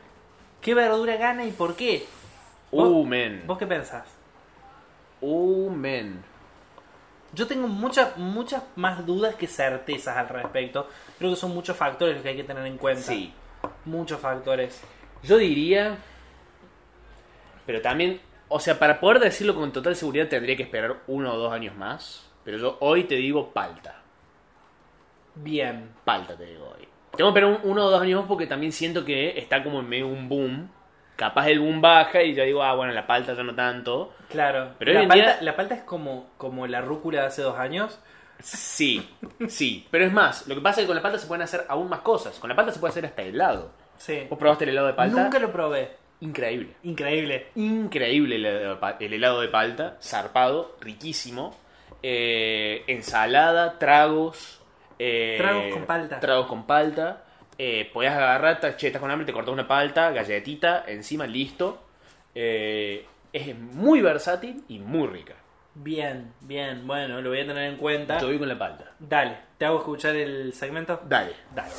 [SPEAKER 2] ¿Qué verdura gana y por qué?
[SPEAKER 3] Uh, men.
[SPEAKER 2] ¿Vos qué pensás?
[SPEAKER 3] Uh, men.
[SPEAKER 2] Yo tengo muchas, muchas más dudas que certezas al respecto. Creo que son muchos factores los que hay que tener en cuenta.
[SPEAKER 3] Sí.
[SPEAKER 2] Muchos factores.
[SPEAKER 3] Yo diría... Pero también... O sea, para poder decirlo con total seguridad tendría que esperar uno o dos años más. Pero yo hoy te digo palta.
[SPEAKER 2] Bien.
[SPEAKER 3] Palta te digo hoy. Tengo que esperar un- uno o dos años más porque también siento que está como en medio un boom. Capaz el boom baja y ya digo, ah, bueno, la palta ya no tanto.
[SPEAKER 2] Claro.
[SPEAKER 3] Pero hoy
[SPEAKER 2] la,
[SPEAKER 3] en
[SPEAKER 2] palta,
[SPEAKER 3] día-
[SPEAKER 2] la palta es como, como la rúcula de hace dos años.
[SPEAKER 3] Sí, sí. Pero es más, lo que pasa es que con la palta se pueden hacer aún más cosas. Con la palta se puede hacer hasta helado.
[SPEAKER 2] Sí.
[SPEAKER 3] ¿Vos probaste el helado de palta?
[SPEAKER 2] Nunca lo probé.
[SPEAKER 3] Increíble.
[SPEAKER 2] Increíble.
[SPEAKER 3] Increíble el helado de pa- el helado de palta, zarpado, riquísimo. eh, ensalada, tragos. eh,
[SPEAKER 2] Tragos con palta.
[SPEAKER 3] Tragos con palta. Eh, podías agarrar, ta- che, estás con hambre, te cortas una palta, galletita, encima, listo. Eh, es muy versátil y muy rica.
[SPEAKER 2] Bien, bien, bueno, lo voy a tener en cuenta.
[SPEAKER 3] Te voy con la palta.
[SPEAKER 2] Dale, ¿te hago escuchar el segmento?
[SPEAKER 3] Dale.
[SPEAKER 2] Dale.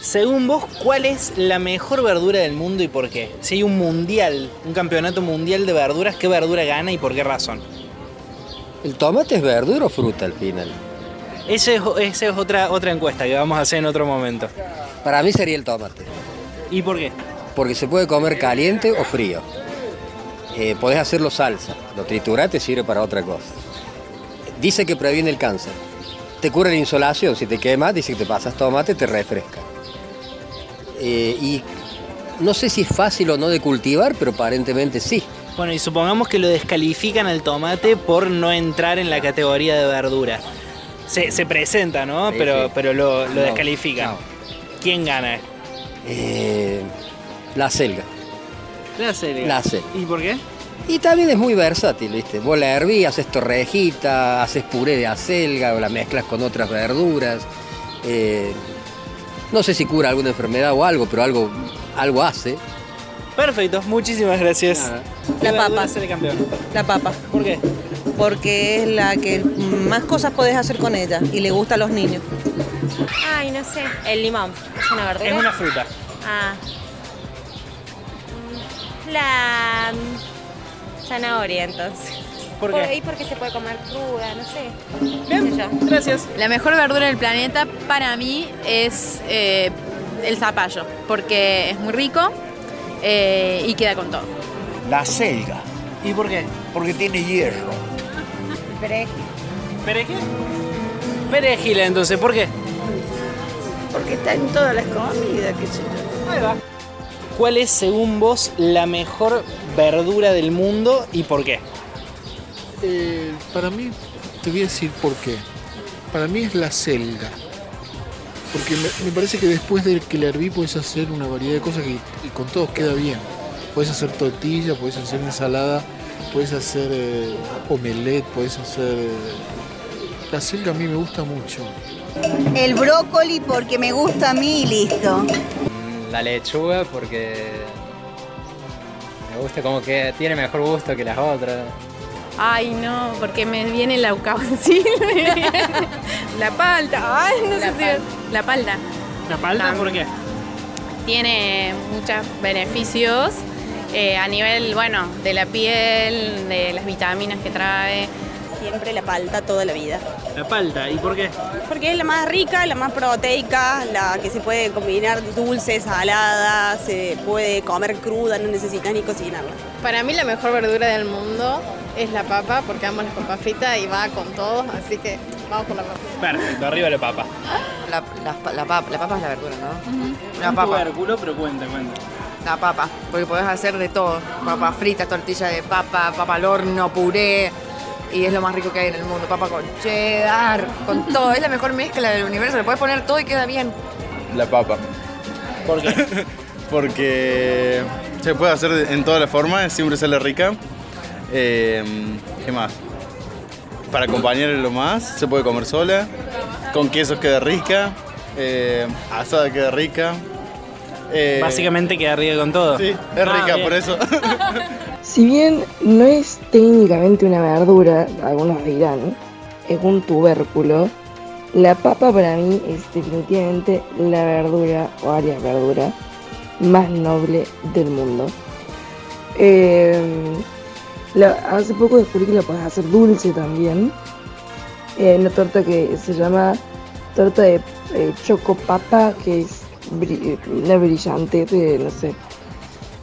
[SPEAKER 2] Según vos, ¿cuál es la mejor verdura del mundo y por qué? Si hay un mundial, un campeonato mundial de verduras, ¿qué verdura gana y por qué razón?
[SPEAKER 4] ¿El tomate es verdura o fruta al final?
[SPEAKER 2] Esa es, esa es otra, otra encuesta que vamos a hacer en otro momento.
[SPEAKER 4] Para mí sería el tomate,
[SPEAKER 2] ¿Y por qué?
[SPEAKER 4] porque se puede comer caliente o frío. Eh, podés hacerlo salsa, lo triturás te sirve para otra cosa. Dice que previene el cáncer. Te cura la insolación, si te quemas, dice que te pasas tomate, te refresca. Eh, y no sé si es fácil o no de cultivar, pero aparentemente sí.
[SPEAKER 2] Bueno, y supongamos que lo descalifican al tomate por no entrar en la categoría de verdura. Se, se presenta, ¿no?
[SPEAKER 4] Sí,
[SPEAKER 2] pero
[SPEAKER 4] sí.
[SPEAKER 2] pero lo, lo
[SPEAKER 4] No,
[SPEAKER 2] descalifican.
[SPEAKER 4] no.
[SPEAKER 2] ¿Quién gana?
[SPEAKER 4] Eh, la selga.
[SPEAKER 2] La serie.
[SPEAKER 4] La selga.
[SPEAKER 2] ¿Y por qué?
[SPEAKER 4] Y también es muy versátil, ¿viste? Vos la hervís, haces torrejita, haces puré de acelga o la mezclas con otras verduras. Eh, no sé si cura alguna enfermedad o algo, pero algo, algo hace.
[SPEAKER 2] Perfecto, muchísimas gracias.
[SPEAKER 4] Nada.
[SPEAKER 2] ¿Qué
[SPEAKER 5] La papa.
[SPEAKER 2] verdura sale campeón?
[SPEAKER 5] La papa,
[SPEAKER 2] ¿Por qué?
[SPEAKER 5] porque es la que más cosas podés hacer con ella y le gusta a los niños.
[SPEAKER 6] Ay, no sé. El limón. ¿Es una verdura?
[SPEAKER 2] Es una fruta.
[SPEAKER 6] Ah. La mm, zanahoria, entonces.
[SPEAKER 2] ¿Por
[SPEAKER 6] y
[SPEAKER 2] qué?
[SPEAKER 6] porque se puede comer cruda, no sé. ¿Qué sé yo?
[SPEAKER 2] Gracias.
[SPEAKER 7] La mejor verdura del planeta para mí es eh, el zapallo, porque es muy rico eh, y queda con todo.
[SPEAKER 8] La selga,
[SPEAKER 2] ¿Y por qué?
[SPEAKER 8] porque tiene hierro.
[SPEAKER 2] ¿Perejil? Perejil, entonces, ¿por qué?
[SPEAKER 9] Porque está en todas las comidas, qué sé yo.
[SPEAKER 2] ¿Cuál es, según vos, la mejor verdura del mundo y por qué?
[SPEAKER 10] Eh, para mí, te voy a decir por qué. Para mí es la selga. Porque me, me parece que después del que la herví puedes hacer una variedad de cosas que y con todos queda bien. Puedes hacer tortilla, puedes hacer ensalada, puedes hacer eh, omelette, puedes hacer. eh, La selga a mí me gusta mucho.
[SPEAKER 9] El brócoli porque me gusta a mí y listo.
[SPEAKER 11] La lechuga porque me gusta como que tiene mejor gusto que las otras.
[SPEAKER 7] Ay, no, porque me viene la ucaucil. la palta, ay, no sé si. La palta.
[SPEAKER 2] ¿La palta? ¿Por qué?
[SPEAKER 7] Tiene muchos beneficios eh, a nivel, bueno, de la piel, de las vitaminas que trae.
[SPEAKER 5] Siempre la palta toda la vida.
[SPEAKER 2] La palta, ¿y por qué?
[SPEAKER 5] Porque es la más rica, la más proteica, la que se puede combinar dulce, salada, se puede comer cruda, no necesitas ni cocinarla.
[SPEAKER 7] Para mí la mejor verdura del mundo es la papa, porque amo las papas fritas y va con todo, así que vamos por la papa.
[SPEAKER 2] Perfecto, arriba la papa.
[SPEAKER 9] La, la, la papa, la papa es la verdura, ¿no? La
[SPEAKER 2] Un
[SPEAKER 9] papa.
[SPEAKER 2] tubérculo, pero cuenta, cuenta.
[SPEAKER 9] La papa, porque podés hacer de todo. Papa frita, tortilla de papa, papa al horno, puré. Y es lo más rico que hay en el mundo. Papa con cheddar, con todo. Es la mejor mezcla del universo. Le podés poner todo y queda bien.
[SPEAKER 12] La papa.
[SPEAKER 2] ¿Por qué?
[SPEAKER 12] [LAUGHS] Porque se puede hacer de- en todas las formas, siempre sale rica. Eh, ¿Qué más? Para acompañarlo más, se puede comer sola. Con quesos queda rica. eh, asada queda rica. eh,
[SPEAKER 2] Básicamente queda arriba con todo.
[SPEAKER 12] Sí, es
[SPEAKER 2] Ah,
[SPEAKER 12] rica
[SPEAKER 2] bien.
[SPEAKER 12] por
[SPEAKER 13] [LAUGHS]
[SPEAKER 12] eso.
[SPEAKER 14] Si bien no es técnicamente una verdura, algunos dirán, es un tubérculo, la papa para mí es definitivamente la verdura, o varias verduras, más noble del mundo. Eh, la- hace poco descubrí que la puedes hacer dulce también. Eh, una torta que se llama torta de eh, choco papa, que es bri- eh, una brillante de, no sé,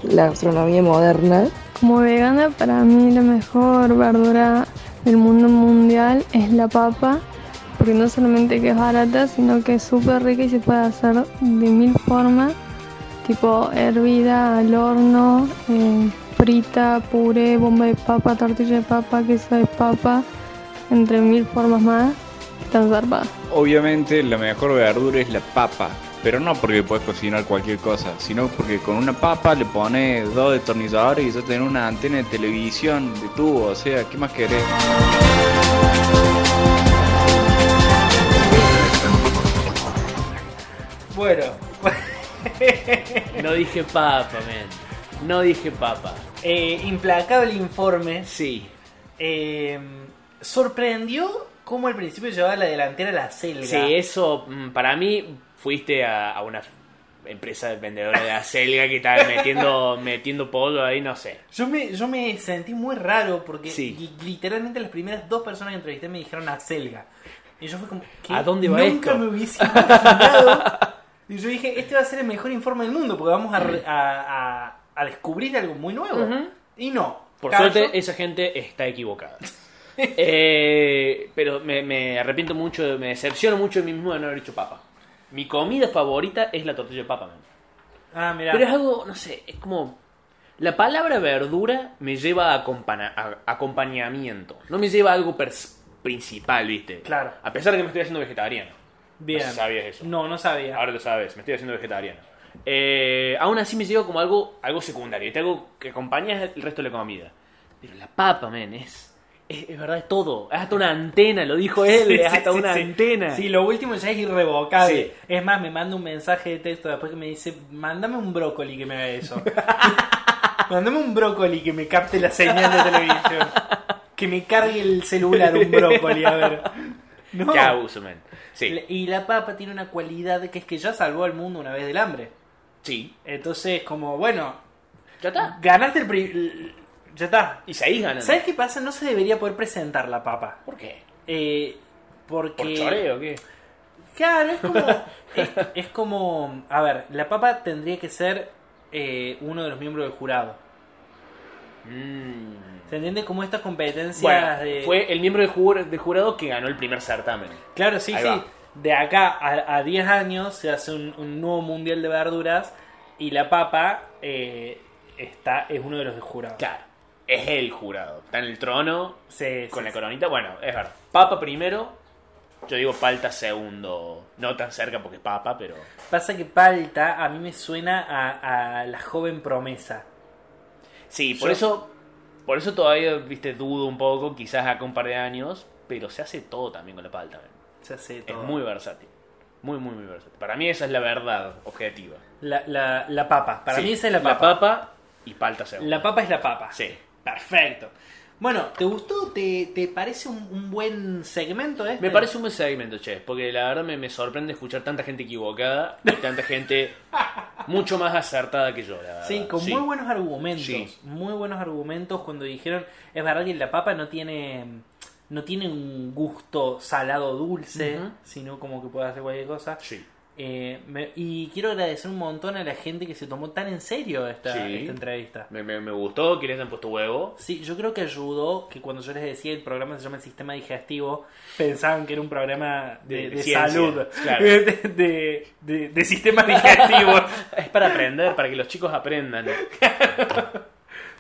[SPEAKER 14] la gastronomía moderna.
[SPEAKER 7] Como vegana, para mí la mejor verdura del mundo mundial es la papa, porque no solamente que es barata, sino que es súper rica y se puede hacer de mil formas, tipo hervida, al horno, eh, frita, puré, bomba de papa, tortilla de papa, queso de papa, entre mil formas más, están zarpadas.
[SPEAKER 13] Obviamente la mejor verdura es la papa, Pero no porque puedes cocinar cualquier cosa, sino porque con una papa le pones dos destornilladores y ya tenés una antena de televisión de tubo, o sea, ¿qué más querés?
[SPEAKER 2] Bueno,
[SPEAKER 3] No dije papa, men. No dije papa.
[SPEAKER 2] eh, implacable informe. Eh,
[SPEAKER 3] Sí.
[SPEAKER 2] sorprendió cómo al principio llevaba la delantera la selga.
[SPEAKER 3] Sí, eso mm, para mí fuiste a, a una empresa de vendedora de acelga que estaba metiendo, metiendo polvo ahí, no sé.
[SPEAKER 2] Yo me, yo me sentí muy raro porque
[SPEAKER 3] Sí.
[SPEAKER 2] li- literalmente las primeras dos personas que entrevisté me dijeron a Selga. Y yo fue como, ¿qué?
[SPEAKER 3] ¿A dónde va
[SPEAKER 2] Nunca
[SPEAKER 3] esto?
[SPEAKER 2] me hubiese imaginado. y yo dije, este va a ser el mejor informe del mundo porque vamos a, re- a- a- a descubrir algo muy nuevo. Y no.
[SPEAKER 3] Por
[SPEAKER 2] Cayó-
[SPEAKER 3] suerte, esa gente está equivocada. Eh, pero me, me arrepiento mucho, me decepciono mucho de mí mismo de no haber hecho papa. Mi comida favorita es la tortilla de papa, men.
[SPEAKER 2] Ah, mirá.
[SPEAKER 3] Pero es algo, no sé, es como. La palabra verdura me lleva a, acompana- a- acompañamiento. No me lleva a algo pers- principal, ¿viste?
[SPEAKER 2] Claro.
[SPEAKER 3] A pesar de que me estoy haciendo vegetariano.
[SPEAKER 2] Bien.
[SPEAKER 3] No sé si sabías eso.
[SPEAKER 2] No, no sabía.
[SPEAKER 3] Ahora lo sabes, me estoy haciendo vegetariano. Eh, aún así me lleva como algo, algo secundario. Es algo que acompaña el resto de la comida. Pero la papa, men, es. Es, es verdad, es todo. Es hasta una antena, lo dijo
[SPEAKER 2] [LAUGHS]
[SPEAKER 3] él.
[SPEAKER 2] Sí,
[SPEAKER 3] es
[SPEAKER 2] sí,
[SPEAKER 3] hasta
[SPEAKER 2] sí,
[SPEAKER 3] una
[SPEAKER 2] sí.
[SPEAKER 3] antena.
[SPEAKER 2] Sí, lo último ya es irrevocable.
[SPEAKER 3] Sí.
[SPEAKER 2] Es más, me manda un mensaje de texto después que me dice, mándame un brócoli que me haga
[SPEAKER 3] [LAUGHS]
[SPEAKER 2] eso. mándame un brócoli que me capte la señal de televisión. que me cargue el celular un brócoli, a ver. No.
[SPEAKER 3] Qué abuso, men. Sí.
[SPEAKER 2] Le- Y la papa tiene una cualidad que es que ya salvó al mundo una vez del hambre.
[SPEAKER 3] Sí.
[SPEAKER 2] Entonces, como, bueno,
[SPEAKER 3] ya está.
[SPEAKER 2] Ganaste el... pri- l- Ya está.
[SPEAKER 3] Y seguís ganando.
[SPEAKER 2] ¿Sabes qué pasa? No se debería poder presentar la papa.
[SPEAKER 3] ¿Por qué?
[SPEAKER 2] Eh, porque...
[SPEAKER 3] ¿Por choreo o qué?
[SPEAKER 2] Claro, es como. [LAUGHS] es, es como. A ver, la papa tendría que ser eh, uno de los miembros del jurado. ¿Se entiende? Como estas competencias
[SPEAKER 3] Bueno,
[SPEAKER 2] Mm. de.
[SPEAKER 3] fue el miembro del jur- del jurado que ganó el primer certamen.
[SPEAKER 2] Claro, sí,
[SPEAKER 3] Ahí
[SPEAKER 2] sí.
[SPEAKER 3] va.
[SPEAKER 2] De acá a, a 10 años se hace un, un nuevo mundial de verduras y la papa eh, está, es uno de los jurados.
[SPEAKER 3] Claro. Es el jurado. Está en el trono. con
[SPEAKER 2] sí,
[SPEAKER 3] la
[SPEAKER 2] sí.
[SPEAKER 3] coronita. Bueno, es verdad. Papa primero. Yo digo palta segundo. No tan cerca porque es papa, pero.
[SPEAKER 2] Pasa que palta a mí me suena a, a la joven promesa.
[SPEAKER 3] Sí, por
[SPEAKER 2] Yo-
[SPEAKER 3] eso. Por eso todavía, viste, dudo un poco, quizás acá un par de años. Pero se hace todo también con la palta. men.
[SPEAKER 2] Se hace
[SPEAKER 3] Es
[SPEAKER 2] todo.
[SPEAKER 3] muy versátil. Muy, muy, muy versátil. Para mí esa es la verdad objetiva.
[SPEAKER 2] La, la- la papa. Para
[SPEAKER 3] Sí,
[SPEAKER 2] mí esa es la
[SPEAKER 3] la
[SPEAKER 2] papa.
[SPEAKER 3] papa y palta segundo.
[SPEAKER 2] La papa es la papa.
[SPEAKER 3] Sí.
[SPEAKER 2] Perfecto. Bueno, ¿te gustó? ¿Te, te parece un, un buen segmento este?
[SPEAKER 3] Me parece un buen segmento, che, porque la verdad me, me sorprende escuchar tanta gente equivocada y tanta gente mucho más acertada que yo, la verdad.
[SPEAKER 2] Sí, con muy buenos argumentos.
[SPEAKER 3] Sí.
[SPEAKER 2] Muy buenos argumentos cuando dijeron, es verdad que la papa no tiene no tiene un gusto salado dulce,
[SPEAKER 3] Ujú.
[SPEAKER 2] sino como que puede hacer cualquier cosa.
[SPEAKER 3] Sí.
[SPEAKER 2] Eh, me- y quiero agradecer un montón a la gente que se tomó tan en serio esta,
[SPEAKER 3] Sí.
[SPEAKER 2] esta entrevista.
[SPEAKER 3] Me, me- me gustó que les hayan puesto [LAUGHS] huevo.
[SPEAKER 2] Sí, yo creo que ayudó que cuando yo les decía el programa se llama el sistema digestivo, pensaban que era un programa de,
[SPEAKER 3] De-
[SPEAKER 2] de
[SPEAKER 3] de ciencia,
[SPEAKER 2] salud,
[SPEAKER 3] claro.
[SPEAKER 2] [LAUGHS] de, de, de- de sistemas digestivos.
[SPEAKER 3] Es para aprender, para que los chicos aprendan.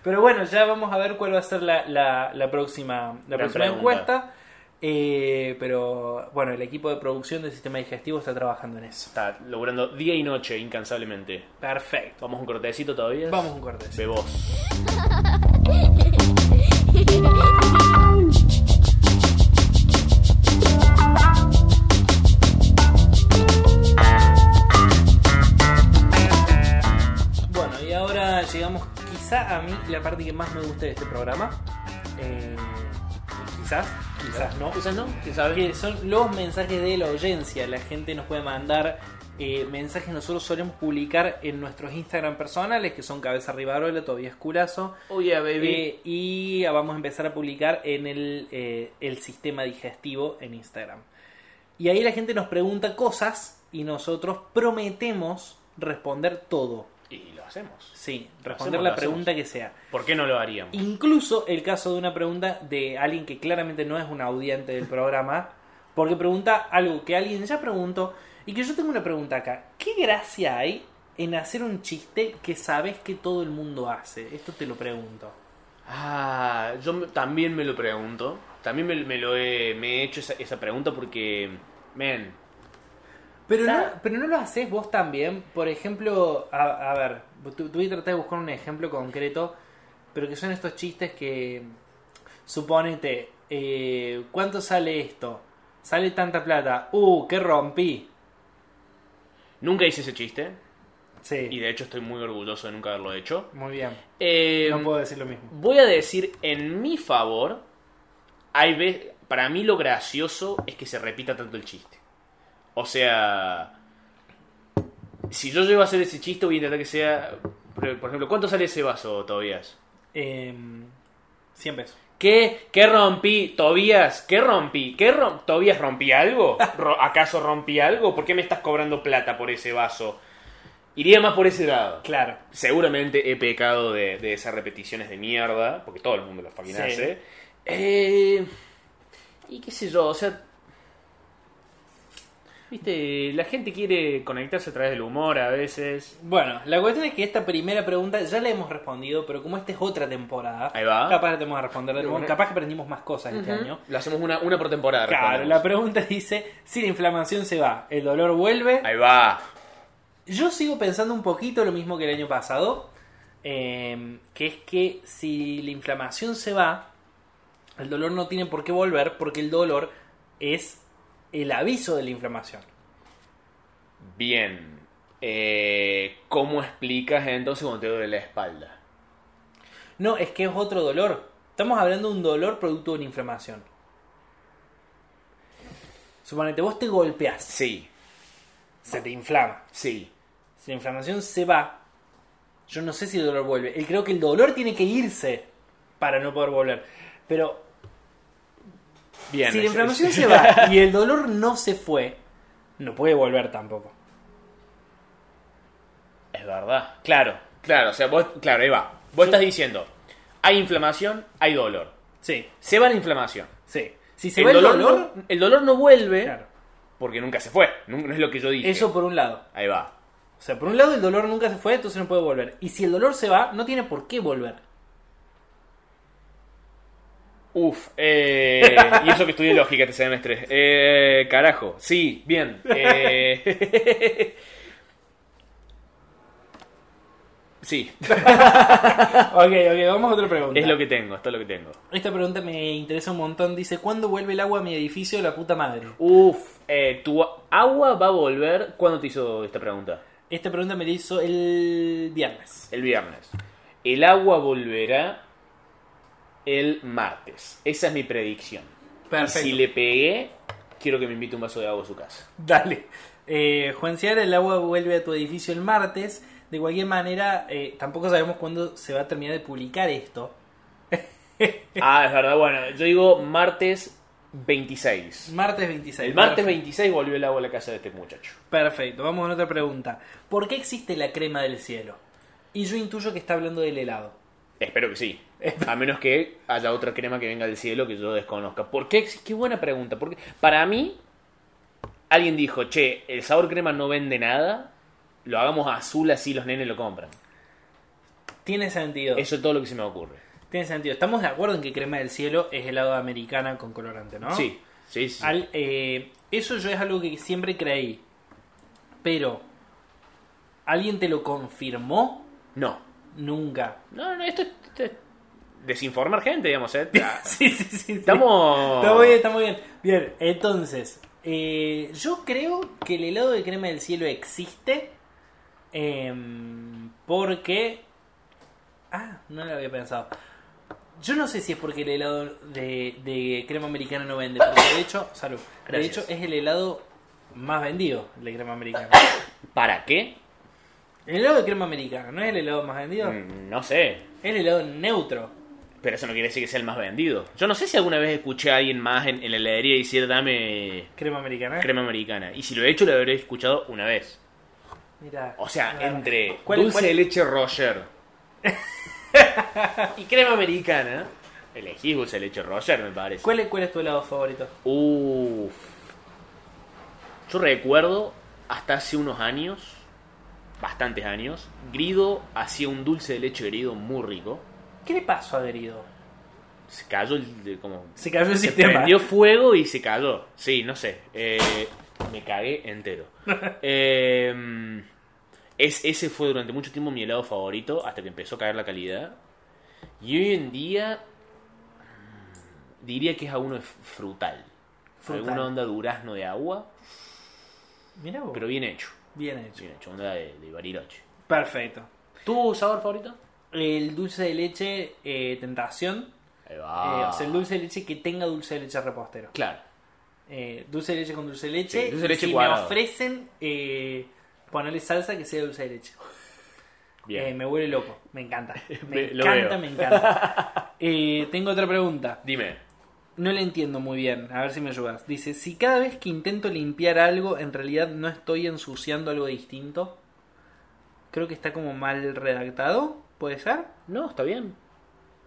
[SPEAKER 2] Pero bueno, ya vamos a ver cuál va a ser la, la- la próxima, la
[SPEAKER 3] Gran
[SPEAKER 2] próxima
[SPEAKER 3] pregunta.
[SPEAKER 2] encuesta. Eh, pero bueno, el equipo de producción del sistema digestivo está trabajando en eso.
[SPEAKER 3] Está logrando día y noche incansablemente.
[SPEAKER 2] Perfecto.
[SPEAKER 3] ¿Vamos a un cortecito todavía?
[SPEAKER 2] Vamos a un cortecito.
[SPEAKER 3] Ve vos.
[SPEAKER 2] Bueno, y ahora llegamos quizá a mí la parte que más me gusta de este programa. Eh, quizás, quizás no.
[SPEAKER 3] Quizás no,
[SPEAKER 2] Que son los mensajes de la audiencia. La gente nos puede mandar eh, mensajes. Nosotros solemos publicar en nuestros Instagram personales, que son Cabeza Rivarola, Tobías Culazo.
[SPEAKER 3] Oh yeah, baby.
[SPEAKER 2] Eh, y vamos a empezar a publicar en el, eh, el sistema digestivo en Instagram. Y ahí la gente nos pregunta cosas y nosotros prometemos responder todo.
[SPEAKER 3] Y lo hacemos.
[SPEAKER 2] Sí,
[SPEAKER 3] Lo
[SPEAKER 2] responder
[SPEAKER 3] hacemos,
[SPEAKER 2] la
[SPEAKER 3] lo
[SPEAKER 2] pregunta que
[SPEAKER 3] hacemos.
[SPEAKER 2] sea.
[SPEAKER 3] ¿Por qué no lo haríamos?
[SPEAKER 2] Incluso el caso de una pregunta de alguien que claramente no es un audiente del programa, porque pregunta algo que alguien ya preguntó y que yo tengo una pregunta acá. ¿Qué gracia hay en hacer un chiste que sabes que todo el mundo hace? Esto te lo pregunto.
[SPEAKER 3] Ah, yo me- también me lo pregunto. También me, me lo he, me he hecho esa, esa pregunta porque, men,
[SPEAKER 2] Pero no, pero no lo haces vos también. Por ejemplo, a, a ver, tu- tuve que tratar de buscar un ejemplo concreto, pero que son estos chistes que, suponete, eh, ¿cuánto sale esto? Sale tanta plata. Uh, qué rompí.
[SPEAKER 3] Nunca hice ese chiste.
[SPEAKER 2] Sí.
[SPEAKER 3] Y de hecho estoy muy orgulloso de nunca haberlo hecho.
[SPEAKER 2] Muy bien.
[SPEAKER 3] Eh,
[SPEAKER 2] no puedo decir lo mismo.
[SPEAKER 3] Voy a decir en mi favor, hay ve- para mí lo gracioso es que se repita tanto el chiste. O sea, si yo llego a hacer ese chiste voy a intentar que sea, por por ejemplo, ¿cuánto sale ese vaso, Tobías?
[SPEAKER 2] Em, 100 pesos.
[SPEAKER 3] ¿Qué, ¿Qué rompí, Tobías? ¿Qué rompí? ¿Qué rom- ¿Tobías rompí [LAUGHS] algo? ¿Ro- ¿Acaso rompí algo? ¿Por qué me estás cobrando plata por ese vaso? Iría más por ese lado.
[SPEAKER 2] Claro.
[SPEAKER 3] Seguramente he pecado de, de esas repeticiones de mierda, porque todo el mundo las fucking
[SPEAKER 2] Sí.
[SPEAKER 3] hace. Eh, y qué sé yo, o sea... Viste, la gente quiere conectarse a través del humor a veces.
[SPEAKER 2] Bueno, la cuestión es que esta primera pregunta ya la hemos respondido, pero como esta es otra temporada,
[SPEAKER 3] Ahí va.
[SPEAKER 2] capaz la tenemos que responder de nuevo,
[SPEAKER 3] Bueno.
[SPEAKER 2] capaz que aprendimos más cosas este
[SPEAKER 3] Ujú.
[SPEAKER 2] año.
[SPEAKER 3] Lo hacemos una, una por temporada.
[SPEAKER 2] Claro,
[SPEAKER 3] recordemos.
[SPEAKER 2] la pregunta dice, si la inflamación se va, el dolor vuelve.
[SPEAKER 3] Ahí va.
[SPEAKER 2] Yo sigo pensando un poquito lo mismo que el año pasado, eh, que es que si la inflamación se va, el dolor no tiene por qué volver porque el dolor es el aviso de la inflamación.
[SPEAKER 3] Bien. Eh, ¿Cómo explicas entonces cuando te duele la espalda?
[SPEAKER 2] No, es que es otro dolor. Estamos hablando de un dolor producto de una inflamación. Suponete, vos te golpeas.
[SPEAKER 3] Sí.
[SPEAKER 2] Se te inflama.
[SPEAKER 3] Sí.
[SPEAKER 2] Si la inflamación se va, yo no sé si el dolor vuelve. Él creo que el dolor tiene que irse para no poder volver. Pero
[SPEAKER 3] Bien.
[SPEAKER 2] si la
[SPEAKER 3] es-
[SPEAKER 2] inflamación
[SPEAKER 3] es-
[SPEAKER 2] se
[SPEAKER 3] [LAUGHS]
[SPEAKER 2] va y el dolor no se fue, no puede volver tampoco.
[SPEAKER 3] Es verdad. Claro, claro. O sea, vos, claro, ahí va. Vos estás diciendo, hay inflamación, hay dolor.
[SPEAKER 2] Sí.
[SPEAKER 3] Se va la inflamación.
[SPEAKER 2] Sí. Si se va el dolor- eh,
[SPEAKER 3] no- el dolor no vuelve porque nunca se fue. Nun- No es lo que yo dije.
[SPEAKER 2] Eso por un lado.
[SPEAKER 3] Ahí va.
[SPEAKER 2] O sea, por un lado el dolor nunca se fue, entonces no puede volver. Y si el dolor se va, no tiene por qué volver.
[SPEAKER 3] Uf, eh, y eso que [LAUGHS] estudié lógica este semestre. Eh, carajo, sí, bien. eh. [LAUGHS] sí,
[SPEAKER 2] ok, ok, vamos a otra pregunta.
[SPEAKER 3] es lo que tengo, esto es lo que tengo.
[SPEAKER 2] Esta pregunta me interesa un montón. Dice, ¿cuándo vuelve el agua a mi edificio, la puta madre?
[SPEAKER 3] Uf, eh, tu a- agua va a volver. ¿Cuándo te hizo esta pregunta?
[SPEAKER 2] Esta pregunta me la hizo el viernes.
[SPEAKER 3] El viernes. El agua volverá el martes. Esa es mi predicción.
[SPEAKER 2] Perfecto.
[SPEAKER 3] Y si le pegué, quiero que me invite un vaso de agua a su casa.
[SPEAKER 2] [LAUGHS] Dale. Eh, Juan Ciara, el agua vuelve a tu edificio el martes. De cualquier manera, eh, tampoco sabemos cuándo se va a terminar de publicar esto.
[SPEAKER 3] Ah, es verdad. Bueno, yo digo martes 26.
[SPEAKER 2] Martes 26.
[SPEAKER 3] El martes 26 volvió el agua a la casa de este muchacho.
[SPEAKER 2] Perfecto, vamos a otra pregunta. ¿Por qué existe la crema del cielo? Y yo intuyo que está hablando del helado.
[SPEAKER 3] Espero que sí. A menos que haya otra crema que venga del cielo que yo desconozca. ¿Por qué? ex- Qué buena pregunta. Porque para mí, alguien dijo, che, el sabor crema no vende nada. Lo hagamos azul así los nenes lo compran.
[SPEAKER 2] Tiene sentido.
[SPEAKER 3] Eso es todo lo que se me ocurre.
[SPEAKER 2] Tiene sentido. Estamos de acuerdo en que crema del cielo es helado americana con colorante, ¿no?
[SPEAKER 3] Sí, sí, sí.
[SPEAKER 2] Ah. Al- eh, eso yo es algo que siempre creí. Pero, ¿alguien te lo confirmó?
[SPEAKER 3] No.
[SPEAKER 2] Nunca.
[SPEAKER 3] No, no, esto es, esto es desinformar gente, digamos.
[SPEAKER 2] [LAUGHS]
[SPEAKER 3] ¿eh?
[SPEAKER 2] sí, sí, sí. [LAUGHS]
[SPEAKER 3] Estamos...
[SPEAKER 2] Está muy bien, está muy bien. Bien, entonces, eh, yo creo que el helado de crema del cielo existe em, porque... Ah, no lo había pensado. Yo no sé si es porque el helado de, de crema americana no vende, porque de hecho, salud, de
[SPEAKER 3] Gracias.
[SPEAKER 2] hecho es el helado más vendido, el de crema americana.
[SPEAKER 3] ¿Para qué?
[SPEAKER 2] El helado de crema americana, ¿no es el helado más vendido?
[SPEAKER 3] Mm, No sé.
[SPEAKER 2] Es el helado neutro.
[SPEAKER 3] Pero eso no quiere decir que sea el más vendido. Yo no sé si alguna vez escuché a alguien más en, en la heladería decir dame
[SPEAKER 2] Crema americana. ¿eh?
[SPEAKER 3] crema americana. Y si lo he hecho, lo habré escuchado una vez.
[SPEAKER 2] Mira.
[SPEAKER 3] O sea,
[SPEAKER 2] Claro.
[SPEAKER 3] entre
[SPEAKER 2] ¿Cuál-
[SPEAKER 3] dulce
[SPEAKER 2] cuál-
[SPEAKER 3] de
[SPEAKER 2] [LAUGHS]
[SPEAKER 3] leche Roger y crema americana, elegís dulce de leche Roger, me parece.
[SPEAKER 2] ¿Cuál es, ¿Cuál es tu helado favorito?
[SPEAKER 3] Uf. Yo recuerdo hasta hace unos años, bastantes años, Grido hacía un dulce de leche Grido muy rico.
[SPEAKER 2] ¿Qué le pasó a Grido?
[SPEAKER 3] Se cayó el, de- como
[SPEAKER 2] Se cayó el sistema.
[SPEAKER 3] prendió fuego y se cayó. Sí, no sé. Eh, me cagué
[SPEAKER 2] [LAUGHS]
[SPEAKER 3] entero. Eh, es, ese fue durante mucho tiempo mi helado favorito, hasta que empezó a caer la calidad. Y hoy en día mm, diría que es a uno f- frutal.
[SPEAKER 2] Frutal.
[SPEAKER 3] Alguna onda durazno de agua,
[SPEAKER 2] Mira vos.
[SPEAKER 3] pero bien hecho.
[SPEAKER 2] Bien hecho.
[SPEAKER 3] Bien hecho, onda de, de Bariloche.
[SPEAKER 2] Perfecto.
[SPEAKER 3] ¿Tu sabor favorito?
[SPEAKER 2] El dulce de leche eh, tentación.
[SPEAKER 3] Ah.
[SPEAKER 2] Eh, o sea, el dulce de leche que tenga dulce de leche repostero.
[SPEAKER 3] Claro.
[SPEAKER 2] Eh, dulce de leche con dulce de leche.
[SPEAKER 3] Sí, dulce de
[SPEAKER 2] Y
[SPEAKER 3] leche
[SPEAKER 2] si
[SPEAKER 3] cuadrado.
[SPEAKER 2] me ofrecen eh, ponerle salsa que sea dulce de leche.
[SPEAKER 3] Bien.
[SPEAKER 2] Eh, me vuelve loco. Me
[SPEAKER 3] [LAUGHS]
[SPEAKER 2] encanta. Me
[SPEAKER 3] Lo
[SPEAKER 2] encanta,
[SPEAKER 3] veo.
[SPEAKER 2] me
[SPEAKER 3] [LAUGHS]
[SPEAKER 2] encanta. Eh, tengo otra pregunta.
[SPEAKER 3] Dime.
[SPEAKER 2] No la entiendo muy bien. A ver si me ayudas. Dice, si cada vez que intento limpiar algo, en realidad no estoy ensuciando algo distinto. Creo que está como mal redactado. ¿Puede ser?
[SPEAKER 3] No, está bien.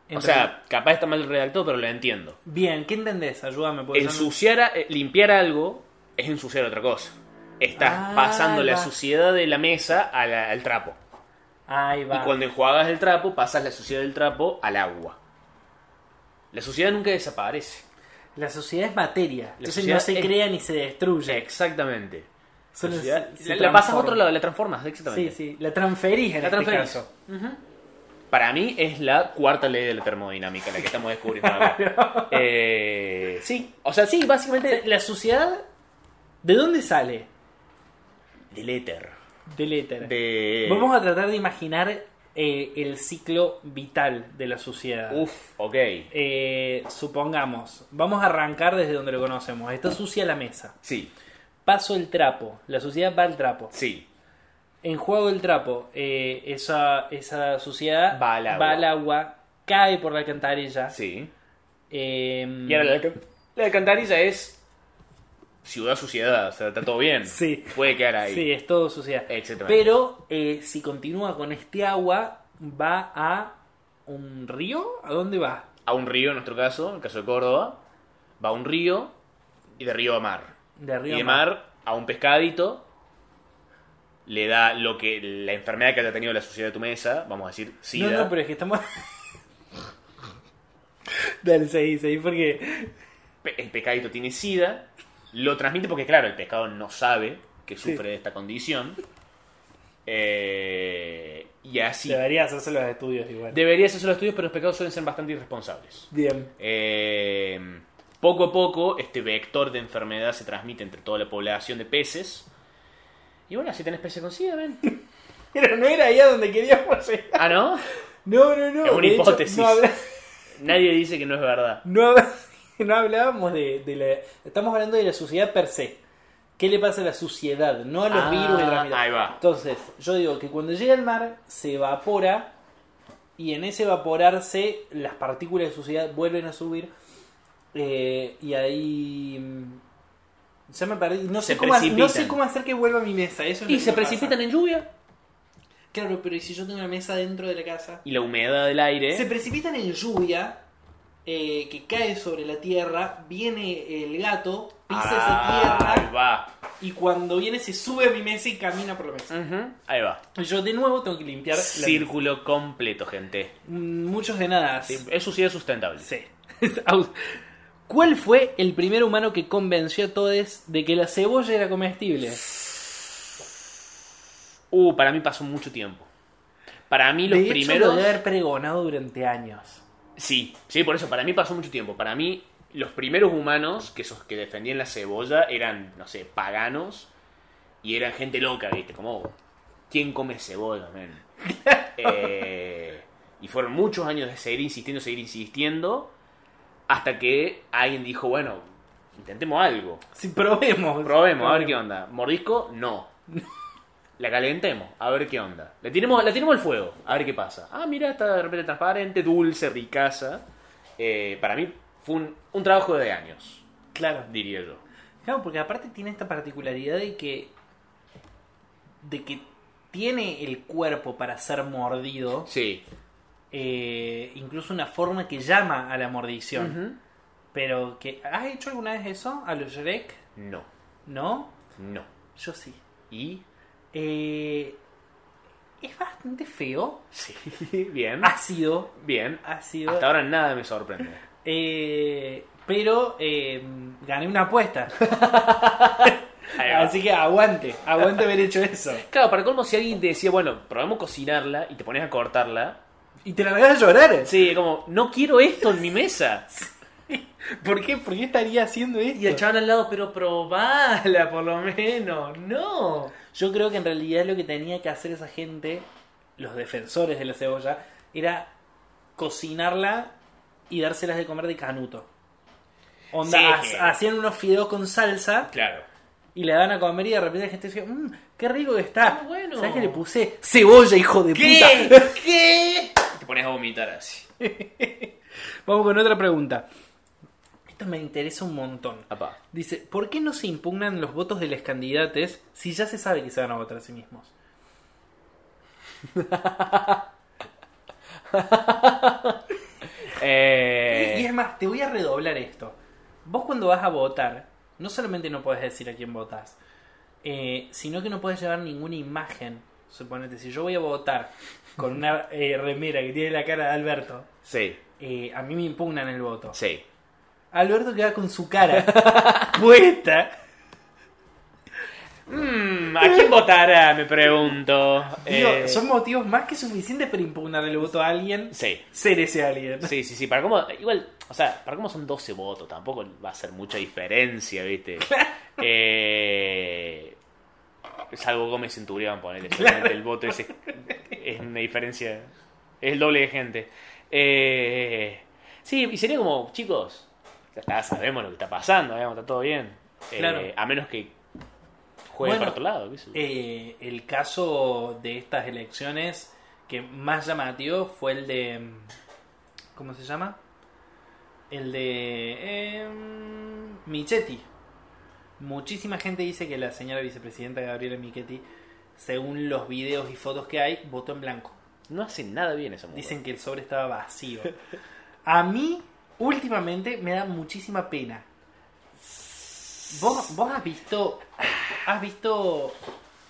[SPEAKER 2] En
[SPEAKER 3] o sea, capaz está mal redactado, pero lo entiendo.
[SPEAKER 2] Bien, ¿qué entendés? Ayúdame. porque yo no-
[SPEAKER 3] Ensuciar, a- eh, limpiar algo es ensuciar otra cosa. Estás
[SPEAKER 2] Ah,
[SPEAKER 3] pasando
[SPEAKER 2] ahí
[SPEAKER 3] la
[SPEAKER 2] va.
[SPEAKER 3] suciedad de la mesa a la- al trapo.
[SPEAKER 2] Ahí va.
[SPEAKER 3] Y cuando enjuagas el trapo, pasas la suciedad del trapo al agua. La suciedad nunca desaparece.
[SPEAKER 2] La sociedad es materia. Entonces
[SPEAKER 3] sociedad
[SPEAKER 2] no se
[SPEAKER 3] es-
[SPEAKER 2] crea ni se destruye.
[SPEAKER 3] Exactamente.
[SPEAKER 2] Solo
[SPEAKER 3] La
[SPEAKER 2] se-
[SPEAKER 3] sociedad-
[SPEAKER 2] se
[SPEAKER 3] la, la pasas a
[SPEAKER 2] transforma.
[SPEAKER 3] otro lado, la transformas, exactamente.
[SPEAKER 2] Sí, sí. La transferís en
[SPEAKER 3] La
[SPEAKER 2] este
[SPEAKER 3] transferís.
[SPEAKER 2] caso.
[SPEAKER 3] Para mí es la cuarta ley de la termodinámica, la que estamos descubriendo
[SPEAKER 2] [LAUGHS]
[SPEAKER 3] ahora. Eh, sí, o sea, sí, básicamente
[SPEAKER 2] la suciedad, ¿de dónde sale?
[SPEAKER 3] Del éter.
[SPEAKER 2] Del éter.
[SPEAKER 3] De...
[SPEAKER 2] Vamos a tratar de imaginar eh, el ciclo vital de la suciedad.
[SPEAKER 3] Uf, ok.
[SPEAKER 2] Eh, supongamos, vamos a arrancar desde donde lo conocemos. Está sucia la mesa.
[SPEAKER 3] Sí.
[SPEAKER 2] Paso el trapo. La suciedad va al trapo.
[SPEAKER 3] Sí.
[SPEAKER 2] Enjuago el trapo. Eh, esa, esa suciedad va al,
[SPEAKER 3] agua.
[SPEAKER 2] agua, Cae por la alcantarilla.
[SPEAKER 3] Sí.
[SPEAKER 2] Eh,
[SPEAKER 3] Y ahora la, alcan- la alcantarilla es ciudad suciedad, o sea, está todo bien.
[SPEAKER 2] Sí.
[SPEAKER 3] Puede quedar ahí.
[SPEAKER 2] Sí, es todo suciedad.
[SPEAKER 3] Exactamente.
[SPEAKER 2] Pero eh, si continúa con este agua, va a un río. ¿A dónde va?
[SPEAKER 3] A un río, en nuestro caso, en el caso de Córdoba, va a un río y de río a mar.
[SPEAKER 2] De río
[SPEAKER 3] y
[SPEAKER 2] a
[SPEAKER 3] de
[SPEAKER 2] mar.
[SPEAKER 3] mar a un pescadito le da lo que la enfermedad que haya tenido la suciedad de tu mesa, vamos a decir,
[SPEAKER 2] No,
[SPEAKER 3] sida.
[SPEAKER 2] no, pero es que estamos. Dale, seguí, seguí, porque.
[SPEAKER 3] Pe- El pescadito tiene sida, lo transmite porque, claro, el pescado no sabe que
[SPEAKER 2] Sí.
[SPEAKER 3] sufre de esta condición. Eh, y así.
[SPEAKER 2] Debería hacerse los estudios igual.
[SPEAKER 3] Debería hacerse los estudios, pero los pescados suelen ser bastante irresponsables.
[SPEAKER 2] Bien.
[SPEAKER 3] Eh, poco a poco, este vector de enfermedad se transmite entre toda la población de peces. Y bueno, si tenés peces con
[SPEAKER 2] [LAUGHS]
[SPEAKER 3] sida, ven.
[SPEAKER 2] Pero no era ahí a donde queríamos llegar.
[SPEAKER 3] ¿Ah, no?
[SPEAKER 2] No, no, no.
[SPEAKER 3] Es una
[SPEAKER 2] de hecho,
[SPEAKER 3] hipótesis.
[SPEAKER 2] no habla-
[SPEAKER 3] Nadie dice que no es verdad.
[SPEAKER 2] No, hab- no hablábamos de, de la. Estamos hablando de la suciedad per se. ¿Qué le pasa a la suciedad? No a los
[SPEAKER 3] Ah,
[SPEAKER 2] virus de la mitad.
[SPEAKER 3] ahí va.
[SPEAKER 2] Entonces, yo digo que cuando llega el mar, se evapora. Y en ese evaporarse, las partículas de suciedad vuelven a subir. eh, y ahí. mm, Ya me perdí. No sé,
[SPEAKER 3] Se
[SPEAKER 2] cómo, ha- no
[SPEAKER 3] precipitan.
[SPEAKER 2] sé cómo hacer que vuelva a mi mesa. Eso es
[SPEAKER 3] Y
[SPEAKER 2] lo que
[SPEAKER 3] se
[SPEAKER 2] me pasa.
[SPEAKER 3] precipitan en lluvia.
[SPEAKER 2] Claro, pero ¿y si yo tengo una mesa dentro de la casa?
[SPEAKER 3] Y la humedad del aire.
[SPEAKER 2] Se precipitan en lluvia eh, que cae sobre la tierra, viene el gato, pisa esa
[SPEAKER 3] Ah, Ahí
[SPEAKER 2] tierra
[SPEAKER 3] va.
[SPEAKER 2] y cuando viene se sube a mi mesa y camina por la mesa.
[SPEAKER 3] Ahí va.
[SPEAKER 2] Y Yo de nuevo tengo que limpiar la
[SPEAKER 3] Círculo completo, gente.
[SPEAKER 2] Mm, Muchos de nada.
[SPEAKER 3] Es suciedad sustentable. Sí.
[SPEAKER 2] [LAUGHS] Au. ¿Cuál fue el primer humano que convenció a todos de que la cebolla era comestible?
[SPEAKER 3] Uh, para mí pasó mucho tiempo. Para mí los
[SPEAKER 2] de hecho,
[SPEAKER 3] primeros...
[SPEAKER 2] lo debe haber pregonado durante años.
[SPEAKER 3] Sí, sí, por eso, para mí pasó mucho tiempo. Para mí, los primeros humanos que esos que defendían la cebolla eran, no sé, paganos y eran gente loca, ¿viste? Como, ¿quién come cebolla, men? Eh, y fueron muchos años de seguir insistiendo, seguir insistiendo, hasta que alguien dijo, bueno, intentemos algo.
[SPEAKER 2] Sí, probemos.
[SPEAKER 3] Probemos, a ver qué onda. Mordisco, no. La calentemos, a ver qué onda. La tiremos, la tiremos al fuego, a ver qué pasa. Ah, mira, está de repente transparente, dulce, ricaza. Eh, para mí fue un, un trabajo de años,
[SPEAKER 2] Claro.
[SPEAKER 3] diría yo.
[SPEAKER 2] Claro, porque aparte tiene esta particularidad de que. de que tiene el cuerpo para ser mordido.
[SPEAKER 3] Sí.
[SPEAKER 2] eh, incluso una forma que llama a la mordición. Pero que. ¿Has hecho alguna vez eso? ¿A los Shrek?
[SPEAKER 3] No,
[SPEAKER 2] ¿No?
[SPEAKER 3] no.
[SPEAKER 2] Yo sí.
[SPEAKER 3] ¿Y?
[SPEAKER 2] Eh, es bastante feo.
[SPEAKER 3] Ah, Sí, [LAUGHS] Ah, bien.
[SPEAKER 2] Ácido.
[SPEAKER 3] Bien.
[SPEAKER 2] Ácido.
[SPEAKER 3] Hasta ahora nada me [LAUGHS] sorprende. [LAUGHS]
[SPEAKER 2] Eh, pero eh, gané una apuesta. Así que aguante, aguante haber hecho eso.
[SPEAKER 3] Claro, para colmo, si alguien te decía, bueno, probamos cocinarla y te pones a cortarla.
[SPEAKER 2] Y te la vas a llorar.
[SPEAKER 3] Sí, como, no quiero esto en mi mesa.
[SPEAKER 2] ¿Por qué? ¿Por qué estaría haciendo esto?
[SPEAKER 3] Y el chabón al lado, pero probala por lo menos. No.
[SPEAKER 2] Yo creo que en realidad lo que tenía que hacer esa gente, los defensores de la cebolla, era cocinarla y dárselas de comer de canuto. Onda,
[SPEAKER 3] Sí,
[SPEAKER 2] ha-
[SPEAKER 3] sí.
[SPEAKER 2] hacían unos fideos con salsa.
[SPEAKER 3] Claro.
[SPEAKER 2] Y le dan a comer y de repente la gente dice, mmm, qué rico que está.
[SPEAKER 3] Ah, bueno.
[SPEAKER 2] ¿Sabes qué le puse? Cebolla, hijo de
[SPEAKER 3] ¿Qué?
[SPEAKER 2] puta. [LAUGHS]
[SPEAKER 3] ¿Qué? Te pones a vomitar así.
[SPEAKER 2] Vamos con otra pregunta. Esto me interesa un montón.
[SPEAKER 3] [LAUGHS]
[SPEAKER 2] Dice, ¿por qué no se impugnan los votos de los candidatos si ya se sabe que se van a votar a sí mismos?
[SPEAKER 3] Eh,
[SPEAKER 2] Y y es más, te voy a redoblar esto. Vos cuando vas a votar, no solamente no podés decir a quién votás, eh, sino que no podés llevar ninguna imagen. Suponete, si yo voy a votar con una eh, remera que tiene la cara de Alberto,
[SPEAKER 3] Sí,
[SPEAKER 2] eh, a mí me impugnan el voto.
[SPEAKER 3] sí.
[SPEAKER 2] Alberto queda con su
[SPEAKER 3] [LAUGHS]
[SPEAKER 2] cara puesta.
[SPEAKER 3] Mm, ¿A quién votará? Me pregunto.
[SPEAKER 2] Digo,
[SPEAKER 3] Eh,
[SPEAKER 2] son motivos más que suficientes para impugnar el voto a alguien.
[SPEAKER 3] Sí.
[SPEAKER 2] Ser ese alguien.
[SPEAKER 3] Sí, sí, sí. Para cómo, igual, o sea, para cómo son 12 votos, tampoco va a hacer mucha
[SPEAKER 2] [LAUGHS]
[SPEAKER 3] diferencia, ¿viste? Eh, salvo Gómez Centurión, ponele. seguramente El voto ese es una diferencia. Es el doble de gente. Eh, sí, y sería como, chicos, ya está, sabemos lo que está pasando, digamos, está todo bien. Eh,
[SPEAKER 2] Claro.
[SPEAKER 3] A menos que juegue
[SPEAKER 2] Bueno,
[SPEAKER 3] para otro lado, ¿viste?
[SPEAKER 2] eh, el caso de estas elecciones que más llamativo fue el de. mm, ¿Cómo se llama? El de. em, Michetti. Muchísima gente dice que la señora vicepresidenta Gabriela Michetti, según los videos y fotos que hay, votó en blanco.
[SPEAKER 3] No hace nada bien esa mujer.
[SPEAKER 2] Dicen que el sobre estaba vacío. A mí, últimamente, me da muchísima pena. ¿Vos, vos has visto. Has visto.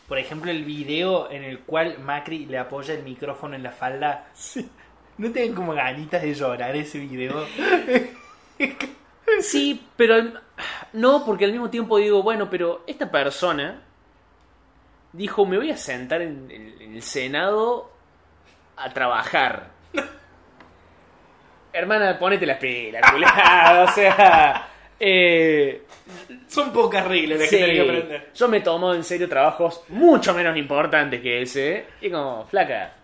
[SPEAKER 2] Por ejemplo, el video en el cual Macri le apoya el micrófono en la falda. ¿No tienen como ganitas de llorar ese video?
[SPEAKER 3] Sí, pero al- no, porque al mismo tiempo digo, bueno, pero esta persona dijo, me voy a sentar en, el- en el Senado a
[SPEAKER 2] [LAUGHS]
[SPEAKER 3] trabajar. Hermana, ponete las pilas, culiao, o sea... eh,
[SPEAKER 2] Son pocas reglas las que tenés que aprender.
[SPEAKER 3] Yo me tomo en serio trabajos mucho menos importantes que ese. Y como, flaca.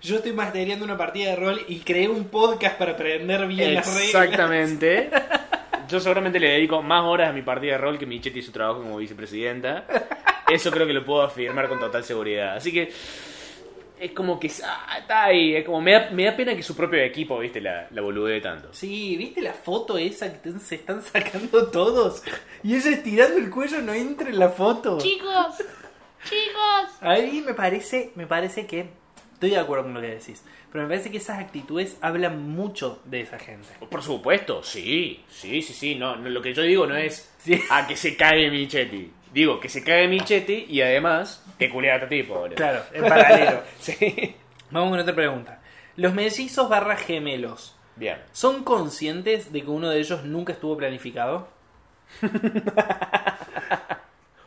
[SPEAKER 2] Yo estoy masteriando una partida de rol y creé un podcast para aprender bien las reglas. [LAUGHS]
[SPEAKER 3] Exactamente. Yo seguramente le dedico más horas a mi partida de rol que Michetti y su trabajo como vicepresidenta. Eso creo que lo puedo afirmar con total seguridad. Así que es como que ah, está ahí. Es como me da, me da pena que su propio equipo, viste, la, la boludee tanto.
[SPEAKER 2] Sí, ¿viste la foto esa que te- se están sacando todos? Y ella estirando el cuello no entra en la foto.
[SPEAKER 6] Chicos, chicos.
[SPEAKER 2] Ahí me parece, me parece que estoy de acuerdo con lo que decís, pero me parece que esas actitudes hablan mucho de esa gente.
[SPEAKER 3] Por supuesto, sí, sí, sí, sí. No, no, lo que yo digo no es a que se cague Michetti. Digo, que se cague Michetti y además que culea a otro tipo, boludo.
[SPEAKER 2] Claro, en [LAUGHS] paralelo. Vamos con otra pregunta. Los mellizos barra gemelos,
[SPEAKER 3] Bien.
[SPEAKER 2] ¿son conscientes de que uno de ellos nunca estuvo [LAUGHS] planificado?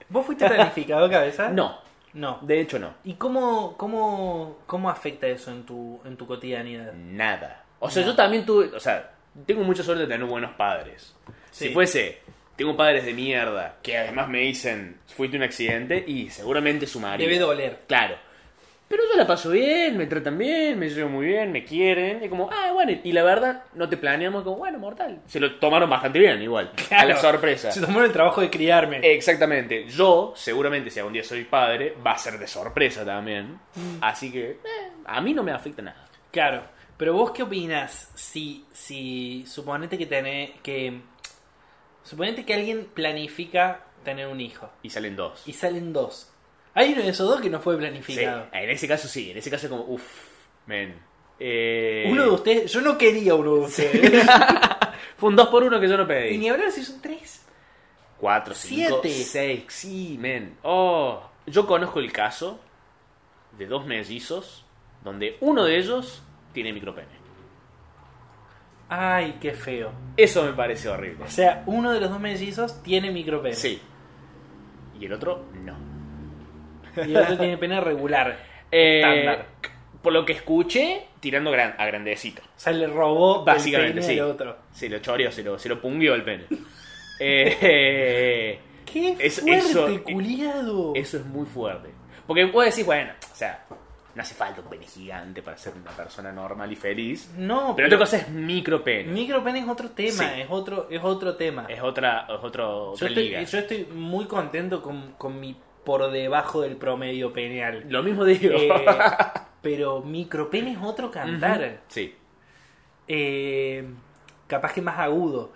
[SPEAKER 2] ¿Vos fuiste planificado, cabeza?
[SPEAKER 3] No,
[SPEAKER 2] No.
[SPEAKER 3] de hecho no.
[SPEAKER 2] ¿Y cómo, cómo, cómo afecta eso en tu, en tu
[SPEAKER 3] Mm.
[SPEAKER 2] cotidianidad?
[SPEAKER 3] Nada. O sea,
[SPEAKER 2] Nada.
[SPEAKER 3] yo también tuve, o sea, tengo mucha suerte de tener buenos padres.
[SPEAKER 2] Sí.
[SPEAKER 3] Si fuese, tengo padres de mierda, que además me dicen, fuiste un accidente y seguramente sumaría.
[SPEAKER 2] Debe doler.
[SPEAKER 3] Claro. Pero yo la paso bien, me tratan bien, me llevo muy bien, me quieren. Y como, ah, bueno, y la verdad, no te planeamos como, bueno, mortal. Se lo tomaron bastante bien,
[SPEAKER 2] [LAUGHS]
[SPEAKER 3] igual. A la
[SPEAKER 2] [LAUGHS] Claro.
[SPEAKER 3] sorpresa. Eh.
[SPEAKER 2] Se tomaron el trabajo de criarme.
[SPEAKER 3] Exactamente. Yo, seguramente, si algún día soy padre, va a ser de sorpresa también.
[SPEAKER 2] Mm.
[SPEAKER 3] Así que, eh, a mí no me afecta nada.
[SPEAKER 2] Claro, pero vos qué opinás si, si suponete que tenés, que suponete que alguien planifica tener un hijo
[SPEAKER 3] Y salen dos.
[SPEAKER 2] y salen dos. Hay uno de esos dos que no fue planificado.
[SPEAKER 3] Sí, en ese caso sí, en ese caso es como, uff, men. Eh,
[SPEAKER 2] Uno de ustedes, yo no quería uno de ustedes.
[SPEAKER 3] Fue un 2 por 1 que yo no
[SPEAKER 2] Y [LAUGHS] ni
[SPEAKER 3] pedí.
[SPEAKER 2] hablar si son tres.
[SPEAKER 3] 4, 5,
[SPEAKER 2] Siete.
[SPEAKER 3] 6, sí, men. Oh, yo conozco el caso de dos mellizos donde uno de ellos tiene micropene.
[SPEAKER 2] Ay, qué feo.
[SPEAKER 3] Eso me parece horrible.
[SPEAKER 2] O sea, uno de los dos mellizos tiene micropene.
[SPEAKER 3] Sí. Y y el otro no.
[SPEAKER 2] Y el otro tiene pene regular.
[SPEAKER 3] [LAUGHS] Eh,
[SPEAKER 2] estándar.
[SPEAKER 3] Por lo que escuché, tirando gran, a grandecito.
[SPEAKER 2] O sea, le robó el
[SPEAKER 3] Básicamente,
[SPEAKER 2] pene
[SPEAKER 3] sí.
[SPEAKER 2] al otro.
[SPEAKER 3] Se lo choreó, se lo, se lo pungueó el [LAUGHS] pene. Eh, eh,
[SPEAKER 2] ¡Qué
[SPEAKER 3] es-
[SPEAKER 2] fuerte,
[SPEAKER 3] eso-
[SPEAKER 2] culiado!
[SPEAKER 3] Eso es muy fuerte. Porque vos decís, bueno, o sea, no hace falta un pene gigante para ser una persona normal y feliz.
[SPEAKER 2] No,
[SPEAKER 3] pero, otra cosa es micro pene.
[SPEAKER 2] Micropene es otro tema,
[SPEAKER 3] Sí.
[SPEAKER 2] es otro es otro tema.
[SPEAKER 3] Es otra, es otro,
[SPEAKER 2] Yo
[SPEAKER 3] otra
[SPEAKER 2] estoy,
[SPEAKER 3] liga.
[SPEAKER 2] yo estoy muy contento con, con mi por debajo del promedio penal.
[SPEAKER 3] Lo mismo digo.
[SPEAKER 2] Eh,
[SPEAKER 3] [LAUGHS]
[SPEAKER 2] pero micropene es otro cantar.
[SPEAKER 3] Ujú. Sí.
[SPEAKER 2] Eh, capaz que más [LAUGHS] agudo.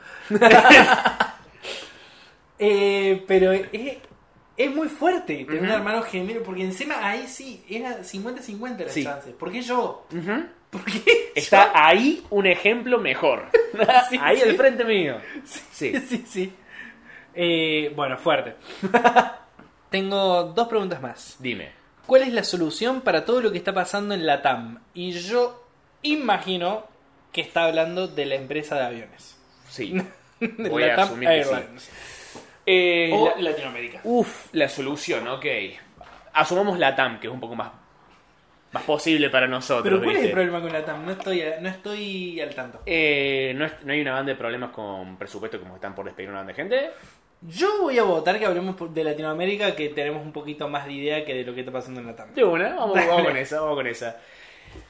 [SPEAKER 2] Eh, pero es, es muy fuerte tener un
[SPEAKER 3] Ujú.
[SPEAKER 2] hermano gemelo, porque encima ahí sí, era 50-50 las
[SPEAKER 3] Sí.
[SPEAKER 2] chances. ¿Por qué yo?
[SPEAKER 3] Está ahí un ejemplo mejor.
[SPEAKER 2] [LAUGHS] Sí,
[SPEAKER 3] ahí al
[SPEAKER 2] sí.
[SPEAKER 3] frente mío. Sí.
[SPEAKER 2] [LAUGHS] sí, sí. Eh, bueno, fuerte. [LAUGHS] Tengo dos preguntas más.
[SPEAKER 3] Dime.
[SPEAKER 2] ¿Cuál es la solución para todo lo que está pasando en la TAM? Y yo imagino que está hablando de la empresa de aviones.
[SPEAKER 3] Sí.
[SPEAKER 2] de
[SPEAKER 3] Voy a
[SPEAKER 2] la TAM
[SPEAKER 3] asumir que sí.
[SPEAKER 2] Airlines. Uh,
[SPEAKER 3] Eh,
[SPEAKER 2] O
[SPEAKER 3] la-
[SPEAKER 2] Latinoamérica.
[SPEAKER 3] Uf, la solución, ok. Asumamos la TAM, que es un poco más, más posible para nosotros.
[SPEAKER 2] Pero ¿cuál es el
[SPEAKER 3] ¿viste?
[SPEAKER 2] problema con la TAM? No estoy, no estoy al tanto.
[SPEAKER 3] Eh, ¿no, es- no hay una banda de problemas con presupuesto como están por despedir una banda de gente?
[SPEAKER 2] Yo voy a votar que hablemos por- de Latinoamérica, que tenemos un poquito más de idea que de lo que está pasando en la TAM.
[SPEAKER 3] De una, vamos, vamos
[SPEAKER 2] Dale.
[SPEAKER 3] con esa, vamos con esa.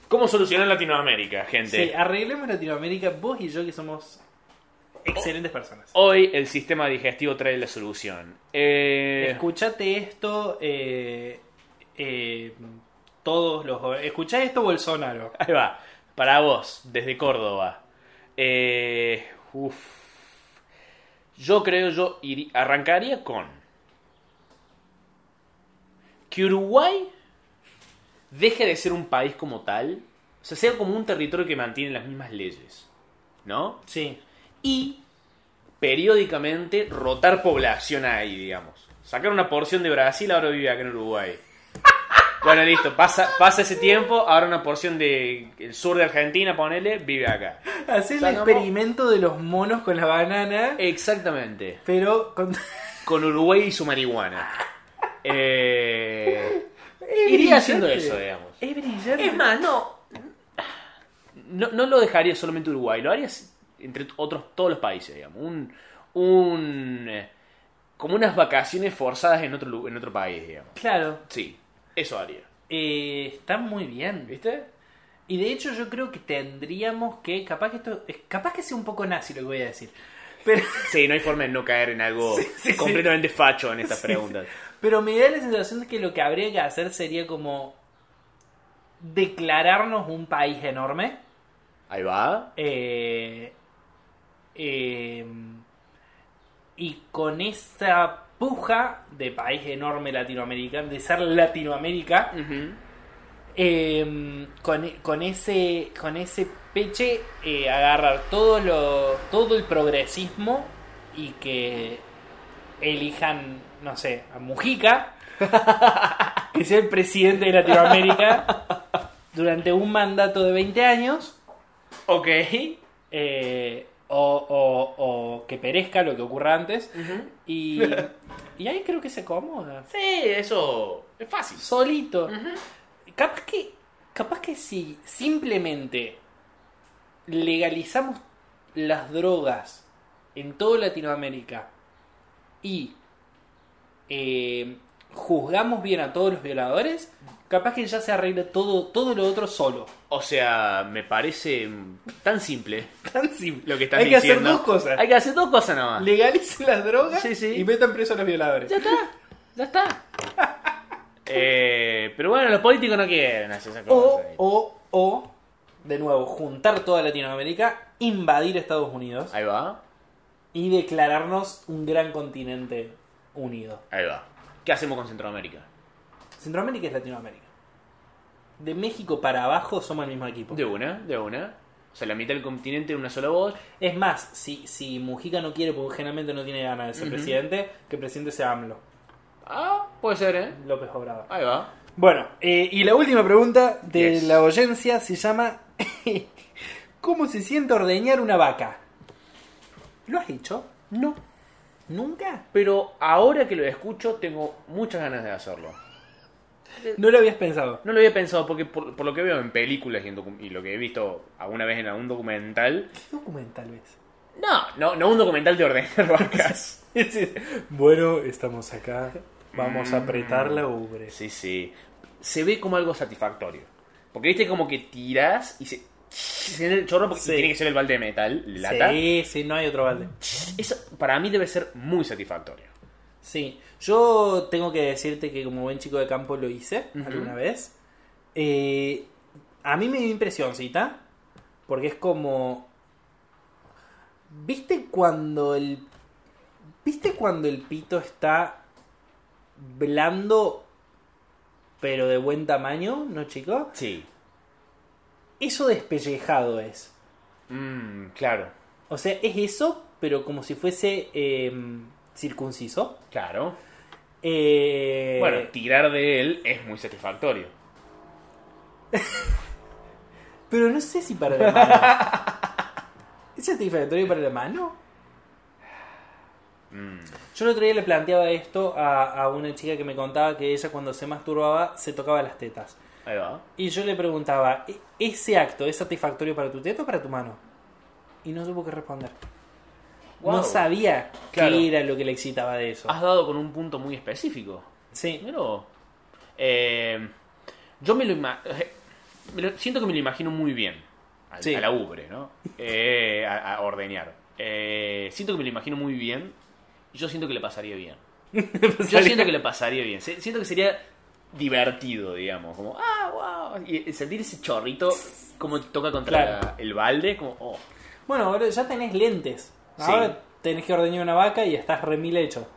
[SPEAKER 3] ¿Cómo solucionar Latinoamérica, gente?
[SPEAKER 2] Sí, arreglemos Latinoamérica, vos y yo que somos excelentes personas.
[SPEAKER 3] Hoy el sistema digestivo trae la solución. Eh,
[SPEAKER 2] Escuchate esto, eh, eh, todos los... gober- Escuchá esto, Bolsonaro.
[SPEAKER 3] Ahí va. Para vos, desde Córdoba. Eh, uf. Yo creo, yo iri- arrancaría con que Uruguay deje de ser un país como tal. O sea, sea como un territorio que mantiene las mismas leyes. ¿No?
[SPEAKER 2] Sí.
[SPEAKER 3] Y periódicamente rotar población ahí, digamos. Sacar una porción de Brasil, ahora vive acá en Uruguay. Bueno, listo, pasa, pasa ese tiempo, ahora una porción del sur de Argentina, ponele, vive acá.
[SPEAKER 2] Hacer el
[SPEAKER 3] Sacamos-
[SPEAKER 2] experimento de los monos con la
[SPEAKER 3] Eh.
[SPEAKER 2] banana,
[SPEAKER 3] Exactamente.
[SPEAKER 2] pero con...
[SPEAKER 3] Con Uruguay y su marihuana. Eh, iría haciendo
[SPEAKER 2] brillante.
[SPEAKER 3] eso, digamos.
[SPEAKER 2] Es brillante.
[SPEAKER 3] Es más, no. No, no lo dejaría solamente Uruguay, lo haría entre otros todos los países, digamos. Un, un eh, como unas vacaciones forzadas en otro lu- en otro país, digamos.
[SPEAKER 2] Claro.
[SPEAKER 3] Sí, eso haría.
[SPEAKER 2] Eh, está muy bien.
[SPEAKER 3] ¿Viste?
[SPEAKER 2] Y de hecho yo creo que tendríamos que... Capaz que esto... es- Capaz que sea un poco nazi lo que voy a decir. Pero...
[SPEAKER 3] Sí, no hay forma de no caer en algo completamente facho en estas preguntas.
[SPEAKER 2] Pero me da la sensación de que lo que habría que hacer sería como declararnos un país enorme.
[SPEAKER 3] Ahí va.
[SPEAKER 2] eh, eh, y con esa puja de país enorme latinoamericano, de ser Latinoamérica, eh, con, con ese, con ese peche eh, agarrar todo, lo, todo el progresismo y que elijan, no sé, a Mujica, que sea el presidente de Latinoamérica durante un mandato de 20 años. Eh,
[SPEAKER 3] Ok.
[SPEAKER 2] o, o- o que perezca lo que ocurra antes. y, y ahí creo que se acomoda.
[SPEAKER 3] Sí, eso es fácil.
[SPEAKER 2] Solito. Capaz que. Capaz que si simplemente legalizamos las drogas en toda Latinoamérica y eh, juzgamos bien a todos los violadores, capaz que ya se arregla todo, todo lo otro solo. [LAUGHS]
[SPEAKER 3] O sea, me parece tan simple
[SPEAKER 2] Tan simple.
[SPEAKER 3] lo que estás
[SPEAKER 2] Hay que hacer
[SPEAKER 3] diciendo.
[SPEAKER 2] dos cosas. Ah.
[SPEAKER 3] Hay que hacer dos cosas nomás.
[SPEAKER 2] Legalicen las drogas
[SPEAKER 3] Sí, sí.
[SPEAKER 2] y metan preso a los violadores.
[SPEAKER 3] Ya está, ya está. Eh, pero bueno, los políticos no quieren hacer esas
[SPEAKER 2] O,
[SPEAKER 3] cosas.
[SPEAKER 2] o, o, de nuevo, juntar toda Latinoamérica, invadir Estados Unidos.
[SPEAKER 3] Ahí va,
[SPEAKER 2] y declararnos un gran continente unido.
[SPEAKER 3] ahí va. ¿Qué hacemos con Centroamérica?
[SPEAKER 2] Centroamérica es Latinoamérica. De México para abajo somos el mismo equipo.
[SPEAKER 3] De una, de una. O sea, la mitad del continente en una sola voz.
[SPEAKER 2] Es más, si, si Mujica no quiere, porque generalmente no tiene ganas de ser
[SPEAKER 3] Ujú.
[SPEAKER 2] presidente, que el presidente sea AMLO,
[SPEAKER 3] Ah, puede ser, ¿eh?
[SPEAKER 2] López Obrador.
[SPEAKER 3] Ahí va.
[SPEAKER 2] Bueno, eh, y la última pregunta de
[SPEAKER 3] Yes.
[SPEAKER 2] la audiencia se llama [LAUGHS] ¿Cómo se siente ordeñar una vaca? ¿Lo has hecho? No. ¿Nunca?
[SPEAKER 3] Pero ahora que lo escucho, tengo muchas ganas de hacerlo.
[SPEAKER 2] No lo habías pensado.
[SPEAKER 3] No lo había pensado porque por, por lo que veo en películas y, en docu- y lo que he visto alguna vez en algún documental.
[SPEAKER 2] Documental vez.
[SPEAKER 3] No, no, no un documental de ordenar [LAUGHS] vacas.
[SPEAKER 2] Bueno, estamos acá. Vamos a apretar la ubre.
[SPEAKER 3] Sí, sí. Se ve como algo satisfactorio. Porque viste como que tirás y se. Se llena el chorro porque y tiene que ser el balde de metal, lata.
[SPEAKER 2] Sí, sí, no hay otro balde.
[SPEAKER 3] Eso para mí debe ser muy satisfactorio.
[SPEAKER 2] Sí, yo tengo que decirte que como buen chico de campo lo hice
[SPEAKER 3] Ujú.
[SPEAKER 2] alguna vez. Eh, a mí me dio impresioncita, porque es como... ¿Viste cuando el... ¿Viste cuando el pito está blando, pero de buen tamaño, no chico?
[SPEAKER 3] Sí.
[SPEAKER 2] Eso despellejado es.
[SPEAKER 3] Mm, claro.
[SPEAKER 2] O sea, es eso, pero como si fuese eh, circunciso.
[SPEAKER 3] Claro.
[SPEAKER 2] Eh,
[SPEAKER 3] Bueno, tirar de él es muy satisfactorio.
[SPEAKER 2] Pero no sé si para la mano.
[SPEAKER 3] [LAUGHS]
[SPEAKER 2] ¿Es satisfactorio para la mano?
[SPEAKER 3] Mm.
[SPEAKER 2] Yo el otro día le planteaba esto a, a una chica que me contaba que ella cuando se masturbaba se tocaba las tetas.
[SPEAKER 3] Ahí va.
[SPEAKER 2] Y yo le preguntaba, "¿E- ¿ese acto es satisfactorio para tu teta o para tu mano? Y no supo qué responder.
[SPEAKER 3] Guau.
[SPEAKER 2] No sabía
[SPEAKER 3] Claro. Ah,
[SPEAKER 2] qué era lo que le excitaba de eso.
[SPEAKER 3] Has dado con un punto muy específico.
[SPEAKER 2] Sí.
[SPEAKER 3] Pero. eh, yo me lo, ima- eh, me lo- Siento que me lo imagino muy bien. Al-
[SPEAKER 2] Sí.
[SPEAKER 3] A la ubre, ¿no? Eh, a, a ordeñar. Eh, siento que me lo imagino muy bien. Y yo siento que le pasaría bien.
[SPEAKER 2] [LAUGHS]
[SPEAKER 3] Yo siento que le pasaría bien. Se- Siento que sería divertido, digamos. Como, ah, wow. Y sentir ese chorrito como toca contra
[SPEAKER 2] Claro.
[SPEAKER 3] el balde. Como, oh.
[SPEAKER 2] Bueno, ahora ya tenés lentes. Ahora
[SPEAKER 3] Sí.
[SPEAKER 2] tenés que ordeñar una vaca y estás remil hecho.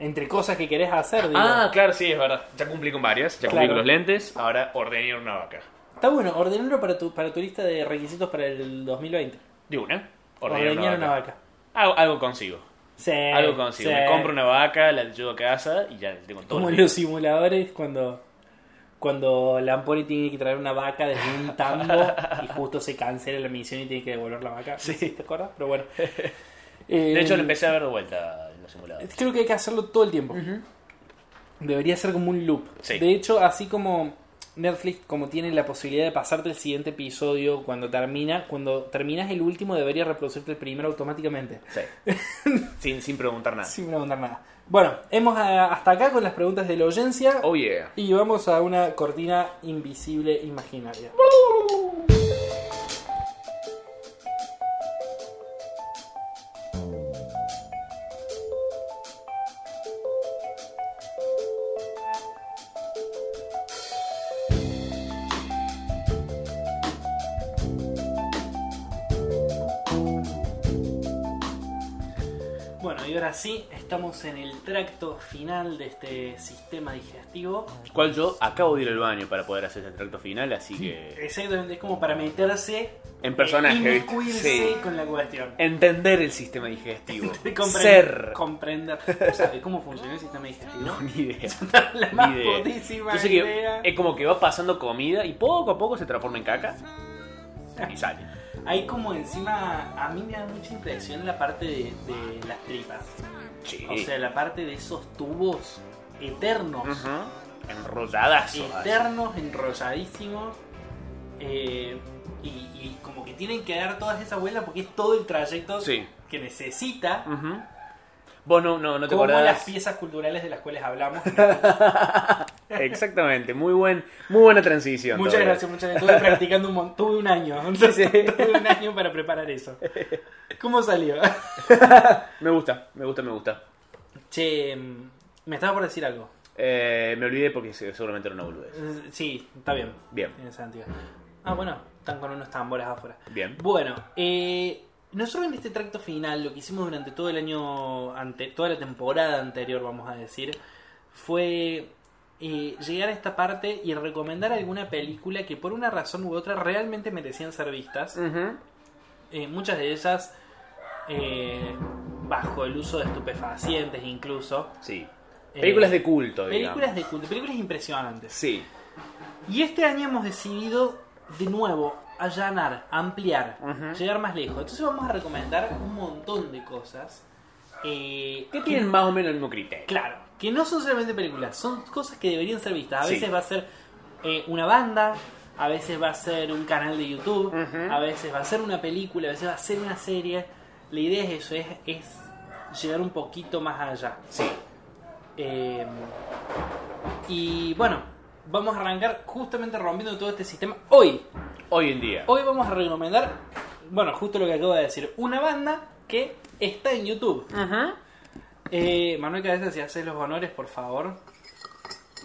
[SPEAKER 2] Entre cosas que querés hacer, digo.
[SPEAKER 3] Ah, claro, sí, es verdad. Ya cumplí con varias. Ya cumplí
[SPEAKER 2] Claro.
[SPEAKER 3] con los lentes. Ahora ordeñar una vaca.
[SPEAKER 2] Está bueno, ordenarlo para tu, para tu lista de requisitos para el 2020.
[SPEAKER 3] De una.
[SPEAKER 2] Ordeñar, una vaca.
[SPEAKER 3] Algo, algo consigo.
[SPEAKER 2] Sí,
[SPEAKER 3] algo consigo.
[SPEAKER 2] Eh, sí.
[SPEAKER 3] Me compro una vaca, la llevo a casa y ya tengo todo.
[SPEAKER 2] Como en
[SPEAKER 3] el-
[SPEAKER 2] los simuladores cuando, cuando Lamponi tiene que traer una vaca desde un tambo y justo se cancela la misión y tiene que devolver la vaca. Sí. ¿Te acuerdas? Pero bueno.
[SPEAKER 3] [LAUGHS] De hecho, lo empecé a ver de vuelta en los simuladores.
[SPEAKER 2] Creo que hay que hacerlo todo el tiempo. Debería ser como un loop.
[SPEAKER 3] Sí.
[SPEAKER 2] De hecho, así como Netflix como tiene la posibilidad de pasarte el siguiente episodio cuando termina, cuando terminas el último debería reproducirte el primero automáticamente. [LAUGHS]
[SPEAKER 3] Sí. sin, sin preguntar nada.
[SPEAKER 2] Sin preguntar nada. Bueno, hemos ah, hasta acá con las preguntas de la audiencia
[SPEAKER 3] Oh, yeah.
[SPEAKER 2] y vamos a una cortina invisible imaginaria. Bueno, y ahora sí, estamos en el tracto final de este sistema digestivo.
[SPEAKER 3] El cual yo acabo de ir al baño para poder hacer el tracto final, así que.
[SPEAKER 2] Exactamente, es como para meterse
[SPEAKER 3] En personaje,
[SPEAKER 2] eh,
[SPEAKER 3] ¿viste?
[SPEAKER 2] inmiscuirse
[SPEAKER 3] Sí.
[SPEAKER 2] con la cuestión.
[SPEAKER 3] Entender el
[SPEAKER 2] [LAUGHS]
[SPEAKER 3] sistema digestivo.
[SPEAKER 2] Compre-
[SPEAKER 3] Ser.
[SPEAKER 2] Comprender. ¿Vos sabés cómo funciona el sistema digestivo?
[SPEAKER 3] No, ni idea.
[SPEAKER 2] la
[SPEAKER 3] Ni
[SPEAKER 2] más
[SPEAKER 3] idea.
[SPEAKER 2] putísima
[SPEAKER 3] Yo sé
[SPEAKER 2] idea.
[SPEAKER 3] que eh, es como que va pasando comida y poco a poco se transforma en caca
[SPEAKER 2] Mm.
[SPEAKER 3] y sale.
[SPEAKER 2] Hay como encima, a mí me da mucha impresión la parte de, de las tripas.
[SPEAKER 3] Sí.
[SPEAKER 2] O sea, la parte de esos tubos eternos.
[SPEAKER 3] Enrolladazo. así.
[SPEAKER 2] Eternos, enrolladísimos. eh, y, y como que tienen que dar todas esas vueltas porque es todo el trayecto
[SPEAKER 3] Sí.
[SPEAKER 2] que necesita.
[SPEAKER 3] Ujú. Vos no, no, no te
[SPEAKER 2] como
[SPEAKER 3] acordás.
[SPEAKER 2] las piezas culturales de las cuales hablamos.
[SPEAKER 3] Exactamente, muy buen, muy buena transición.
[SPEAKER 2] muchas
[SPEAKER 3] todo.
[SPEAKER 2] gracias, muchas gracias. Estuve practicando un montón. Tuve un año. [LAUGHS] Tuve un año para preparar eso. ¿Cómo salió?
[SPEAKER 3] Me gusta, me gusta, me gusta.
[SPEAKER 2] che, mm, me estaba por decir algo.
[SPEAKER 3] Eh, me olvidé porque se- seguramente era una boludez.
[SPEAKER 2] Eh, Sí, está bien.
[SPEAKER 3] Bien,
[SPEAKER 2] Tiene sentido. Ah, bueno, están con unos tambores afuera.
[SPEAKER 3] bien.
[SPEAKER 2] Bueno, eh, nosotros en este tracto final, lo que hicimos durante todo el año, ante, toda la temporada anterior, vamos a decir, fue eh, llegar a esta parte y recomendar alguna película que por una razón u otra realmente merecían ser vistas.
[SPEAKER 3] Mm.
[SPEAKER 2] Eh, muchas de ellas eh, bajo el uso de estupefacientes incluso.
[SPEAKER 3] Sí.
[SPEAKER 2] Eh,
[SPEAKER 3] Películas de culto, digamos.
[SPEAKER 2] Películas de culto, películas impresionantes.
[SPEAKER 3] Sí.
[SPEAKER 2] Y este año hemos decidido de nuevo allanar, ampliar, llegar más lejos. Entonces vamos a recomendar un montón de cosas eh, que
[SPEAKER 3] tienen más o menos el mismo criterio.
[SPEAKER 2] Claro, que no son solamente películas, son cosas que deberían ser vistas. A veces va a ser eh, una banda, a veces va a ser un canal de YouTube, a veces va a ser una película, a veces va a ser una serie. La idea es eso, es, es llegar un poquito más allá. Sí. Em, y bueno, vamos a arrancar justamente rompiendo todo este sistema hoy.
[SPEAKER 3] Hoy en día.
[SPEAKER 2] Hoy vamos a recomendar, bueno, justo lo que acabo de decir, una banda que está en YouTube. Eh, Manuel Cabeza, si haces los honores, por favor,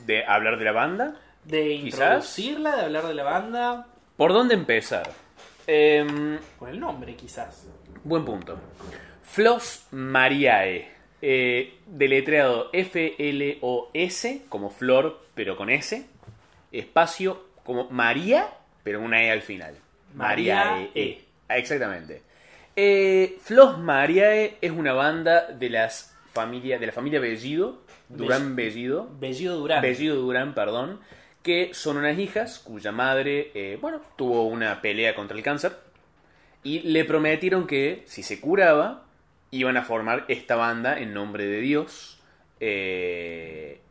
[SPEAKER 3] De hablar de la banda.
[SPEAKER 2] de
[SPEAKER 3] Quizás.
[SPEAKER 2] introducirla, de hablar de la banda,
[SPEAKER 3] ¿Por dónde empezar?
[SPEAKER 2] por el nombre quizás.
[SPEAKER 3] Buen punto. Flos Mariae. eh, deletreado F-L-O-S, como flor, pero con S. Espacio como María, pero una E al final. Mariae.
[SPEAKER 2] Mariae.
[SPEAKER 3] Ah, Exactamente. Eh, Flos Mariae es una banda de las familia, de la familia Bellido, Durán Bellido.
[SPEAKER 2] Bellido Durán.
[SPEAKER 3] Bellido Durán, perdón. Que son unas hijas cuya madre, eh, bueno, tuvo una pelea contra el cáncer. Y le prometieron que si se curaba, iban a formar esta banda en nombre de Dios. Eh,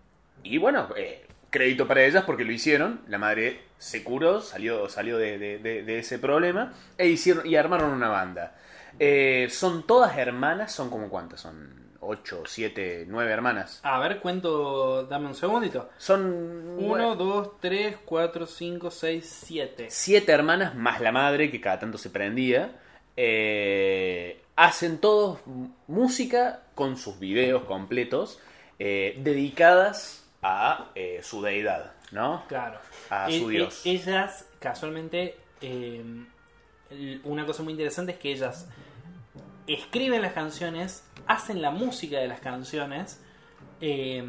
[SPEAKER 3] y bueno, eh, crédito para ellas porque lo hicieron. La madre se curó, salió, salió de, de- de- de ese problema e hicieron, y armaron una banda. Eh, son todas hermanas, son como cuántas, son 8, 7, 9 hermanas.
[SPEAKER 2] A ver, cuento, dame un segundito.
[SPEAKER 3] Son
[SPEAKER 2] 1, 2, 3, 4, 5, 6, 7.
[SPEAKER 3] Siete hermanas más la madre que cada tanto se prendía. Eh, hacen todos m- música con sus videos completos eh, dedicadas a eh, su deidad, ¿no?
[SPEAKER 2] Claro.
[SPEAKER 3] A
[SPEAKER 2] Eh,
[SPEAKER 3] su
[SPEAKER 2] eh,
[SPEAKER 3] dios.
[SPEAKER 2] Ellas, casualmente, eh, l- una cosa muy interesante es que ellas escriben las canciones, hacen la música de las canciones, eh,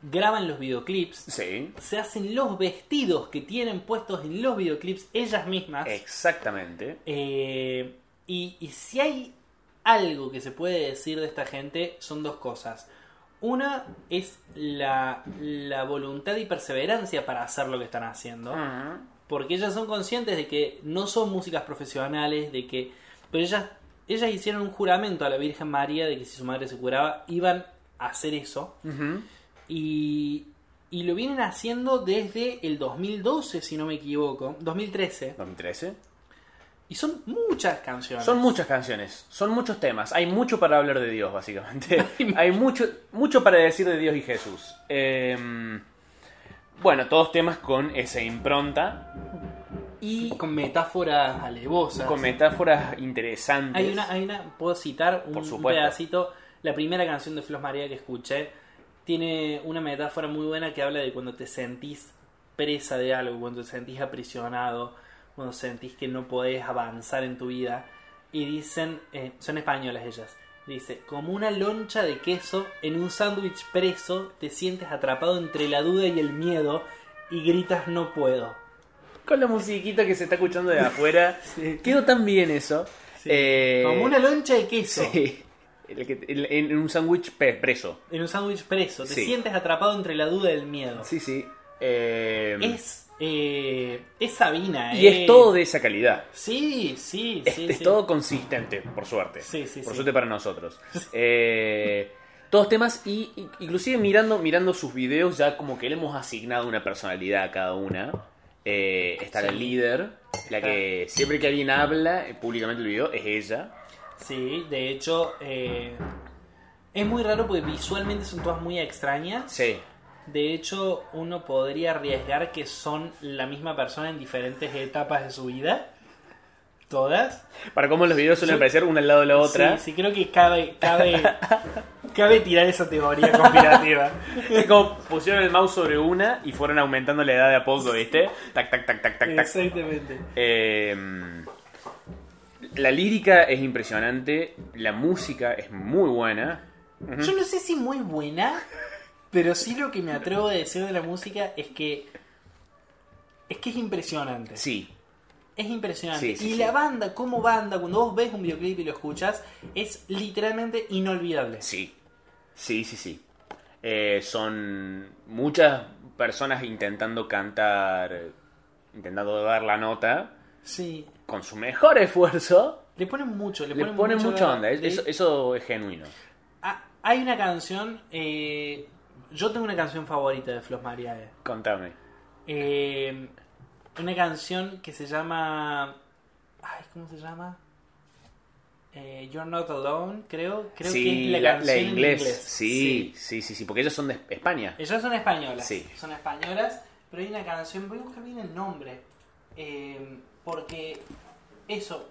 [SPEAKER 2] graban los videoclips, se hacen los vestidos que tienen puestos en los videoclips ellas
[SPEAKER 3] Ah.
[SPEAKER 2] mismas.
[SPEAKER 3] Exactamente.
[SPEAKER 2] Eh, y, y si hay algo que se puede decir de esta gente, son dos cosas. Una es la, la voluntad y perseverancia para hacer lo que están haciendo.
[SPEAKER 3] Ah.
[SPEAKER 2] Porque ellas son conscientes de que no son músicas profesionales, de que... Pero ellas, ellas hicieron un juramento a la Virgen María de que si su madre se curaba, iban a hacer eso. Y, y lo vienen haciendo desde el 2012, si no me equivoco. 2013.
[SPEAKER 3] 2013.
[SPEAKER 2] Y son muchas canciones.
[SPEAKER 3] Son muchas canciones, son muchos temas. Hay mucho para hablar de Dios, básicamente. [LAUGHS] Hay mucho, mucho para decir de Dios y Jesús. Eh, bueno, todos temas con esa impronta.
[SPEAKER 2] Y con metáforas alevosas.
[SPEAKER 3] Con metáforas interesantes.
[SPEAKER 2] Hay una, hay una, puedo citar un,
[SPEAKER 3] Por
[SPEAKER 2] un
[SPEAKER 3] supuesto.
[SPEAKER 2] pedacito. La primera canción de Flos María que escuché tiene una metáfora muy buena que habla de cuando te sentís presa de algo, cuando te sentís aprisionado, cuando sentís que no podés avanzar en tu vida. Y dicen, eh, son españolas ellas, dice, como una loncha de queso en un sándwich preso, te sientes atrapado entre la duda y el miedo y gritas no puedo.
[SPEAKER 3] Con la musiquita que se está escuchando de
[SPEAKER 2] [LAUGHS]
[SPEAKER 3] afuera. Quedó tan bien eso. Eh,
[SPEAKER 2] Como una loncha de queso.
[SPEAKER 3] [LAUGHS] Sí. El que- el- en un sándwich pe- preso.
[SPEAKER 2] En un sándwich preso, te
[SPEAKER 3] Sí.
[SPEAKER 2] sientes atrapado entre la duda y el miedo.
[SPEAKER 3] Sí, sí. Eh,
[SPEAKER 2] Es, eh, es Sabina,
[SPEAKER 3] y
[SPEAKER 2] eh.
[SPEAKER 3] es todo de esa calidad.
[SPEAKER 2] Sí, sí,
[SPEAKER 3] Es,
[SPEAKER 2] sí.
[SPEAKER 3] es
[SPEAKER 2] sí.
[SPEAKER 3] todo consistente, por suerte. por
[SPEAKER 2] sí.
[SPEAKER 3] suerte para
[SPEAKER 2] [LAUGHS]
[SPEAKER 3] nosotros. Eh, todos temas y y- inclusive mirando, mirando sus videos ya como que le hemos asignado una personalidad a cada una. Eh, está la
[SPEAKER 2] Sí.
[SPEAKER 3] líder, la que siempre que alguien habla eh, públicamente el video es ella.
[SPEAKER 2] Sí, de hecho, eh, es muy raro porque visualmente son todas muy extrañas.
[SPEAKER 3] Sí.
[SPEAKER 2] De hecho, uno podría arriesgar que son la misma persona en diferentes etapas de su vida. Todas.
[SPEAKER 3] Para cómo los videos suelen
[SPEAKER 2] Sí.
[SPEAKER 3] aparecer una al lado de la otra.
[SPEAKER 2] Sí, sí, creo que cabe,
[SPEAKER 3] [LAUGHS]
[SPEAKER 2] cabe, cabe tirar esa teoría conspirativa.
[SPEAKER 3] Es como pusieron el mouse sobre una y fueron aumentando la edad de a poco, ¿viste? Tac, tac, tac, tac, tac, tac.
[SPEAKER 2] Exactamente.
[SPEAKER 3] Eh, la lírica es impresionante, la música es muy buena. Ujú.
[SPEAKER 2] Yo no sé si muy buena, pero sí lo que me atrevo a decir de la música es que es que es impresionante.
[SPEAKER 3] Sí.
[SPEAKER 2] Es impresionante.
[SPEAKER 3] Sí, sí,
[SPEAKER 2] y
[SPEAKER 3] sí.
[SPEAKER 2] la banda, como banda, cuando vos ves un videoclip y lo escuchas, es literalmente inolvidable.
[SPEAKER 3] Sí, sí, sí, sí. Eh, son muchas personas intentando cantar, intentando dar la nota
[SPEAKER 2] Sí.
[SPEAKER 3] con su mejor esfuerzo
[SPEAKER 2] Le ponen mucho, le
[SPEAKER 3] Le
[SPEAKER 2] ponen,
[SPEAKER 3] ponen, mucha
[SPEAKER 2] garra.
[SPEAKER 3] onda, es-
[SPEAKER 2] Le-
[SPEAKER 3] eso, eso es genuino.
[SPEAKER 2] Ah, hay una canción, eh, yo tengo una canción favorita de Flos Mariae.
[SPEAKER 3] Contame.
[SPEAKER 2] Eh, una canción que se llama. Ay, ¿cómo se llama? Eh, You're Not Alone, creo. Creo
[SPEAKER 3] sí,
[SPEAKER 2] que es la,
[SPEAKER 3] la,
[SPEAKER 2] canción
[SPEAKER 3] la
[SPEAKER 2] en
[SPEAKER 3] inglés.
[SPEAKER 2] inglés. Eh,
[SPEAKER 3] Sí, sí, sí, sí, porque ellos son de España.
[SPEAKER 2] Ellas son españolas.
[SPEAKER 3] Sí.
[SPEAKER 2] Son españolas, pero hay una canción. Voy a buscar bien el nombre. eh, porque eso,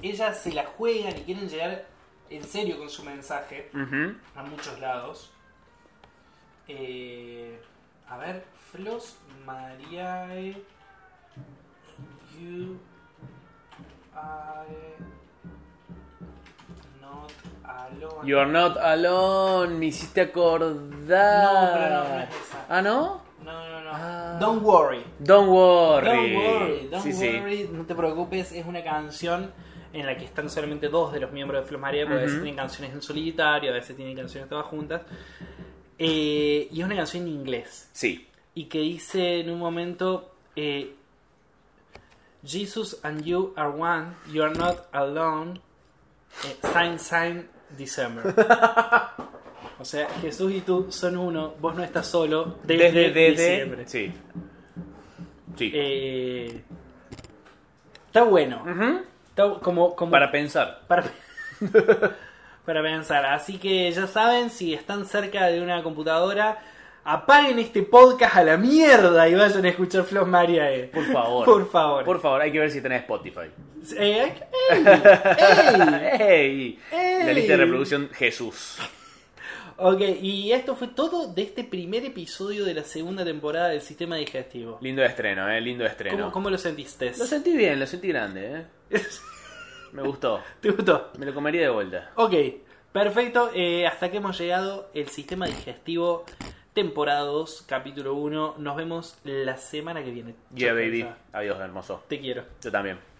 [SPEAKER 2] ellas se la juegan y quieren llegar en serio con su mensaje
[SPEAKER 3] Ujú.
[SPEAKER 2] a muchos lados. Eh, a ver, Flos Mariae. You are not alone.
[SPEAKER 3] You're not alone, me hiciste acordar.
[SPEAKER 2] No, pero no, no es esa.
[SPEAKER 3] ¿Ah, no?
[SPEAKER 2] No, no, no.
[SPEAKER 3] Ah.
[SPEAKER 2] Don't worry.
[SPEAKER 3] Don't worry.
[SPEAKER 2] Don't worry, don't
[SPEAKER 3] sí, sí.
[SPEAKER 2] worry, no te preocupes, es una canción en la que están solamente dos de los miembros de Flos María, porque a veces
[SPEAKER 3] Ujú.
[SPEAKER 2] tienen canciones en solitario, a veces tienen canciones todas juntas. Eh, y es una canción en inglés.
[SPEAKER 3] Sí.
[SPEAKER 2] Y que dice en un momento, eh, Jesus and you are one, you are not alone, eh, sign, sign,
[SPEAKER 3] [LAUGHS]
[SPEAKER 2] December. o sea, Jesús y tú son uno, vos no estás solo, desde,
[SPEAKER 3] Desde, desde,
[SPEAKER 2] diciembre.
[SPEAKER 3] Sí. Sí.
[SPEAKER 2] Eh, está bueno. Está como, como
[SPEAKER 3] Para pensar.
[SPEAKER 2] para, [LAUGHS] para pensar. Así que ya saben, si están cerca de una computadora, apaguen este podcast a la mierda y vayan a escuchar Flos Mariae.
[SPEAKER 3] Por
[SPEAKER 2] [LAUGHS]
[SPEAKER 3] favor.
[SPEAKER 2] Por favor.
[SPEAKER 3] Por favor, hay que ver si tenés Spotify.
[SPEAKER 2] Eh,
[SPEAKER 3] [LAUGHS] Ey. La
[SPEAKER 2] Ey.
[SPEAKER 3] lista de reproducción Jesús.
[SPEAKER 2] ok, y esto fue todo de este primer episodio de la segunda temporada del sistema digestivo.
[SPEAKER 3] Lindo estreno, eh, lindo estreno.
[SPEAKER 2] ¿Cómo, cómo lo sentiste?
[SPEAKER 3] Lo sentí bien, lo sentí grande,
[SPEAKER 2] [LAUGHS]
[SPEAKER 3] eh. Me gustó.
[SPEAKER 2] ¿Te gustó?
[SPEAKER 3] Me lo comería de vuelta.
[SPEAKER 2] Ok, perfecto. eh, hasta que hemos llegado el sistema digestivo, temporada 2, capítulo 1. Nos vemos la semana que viene.
[SPEAKER 3] Yeah,
[SPEAKER 2] Chau,
[SPEAKER 3] baby.
[SPEAKER 2] chau.
[SPEAKER 3] Adiós, hermoso.
[SPEAKER 2] Te quiero.
[SPEAKER 3] Yo también.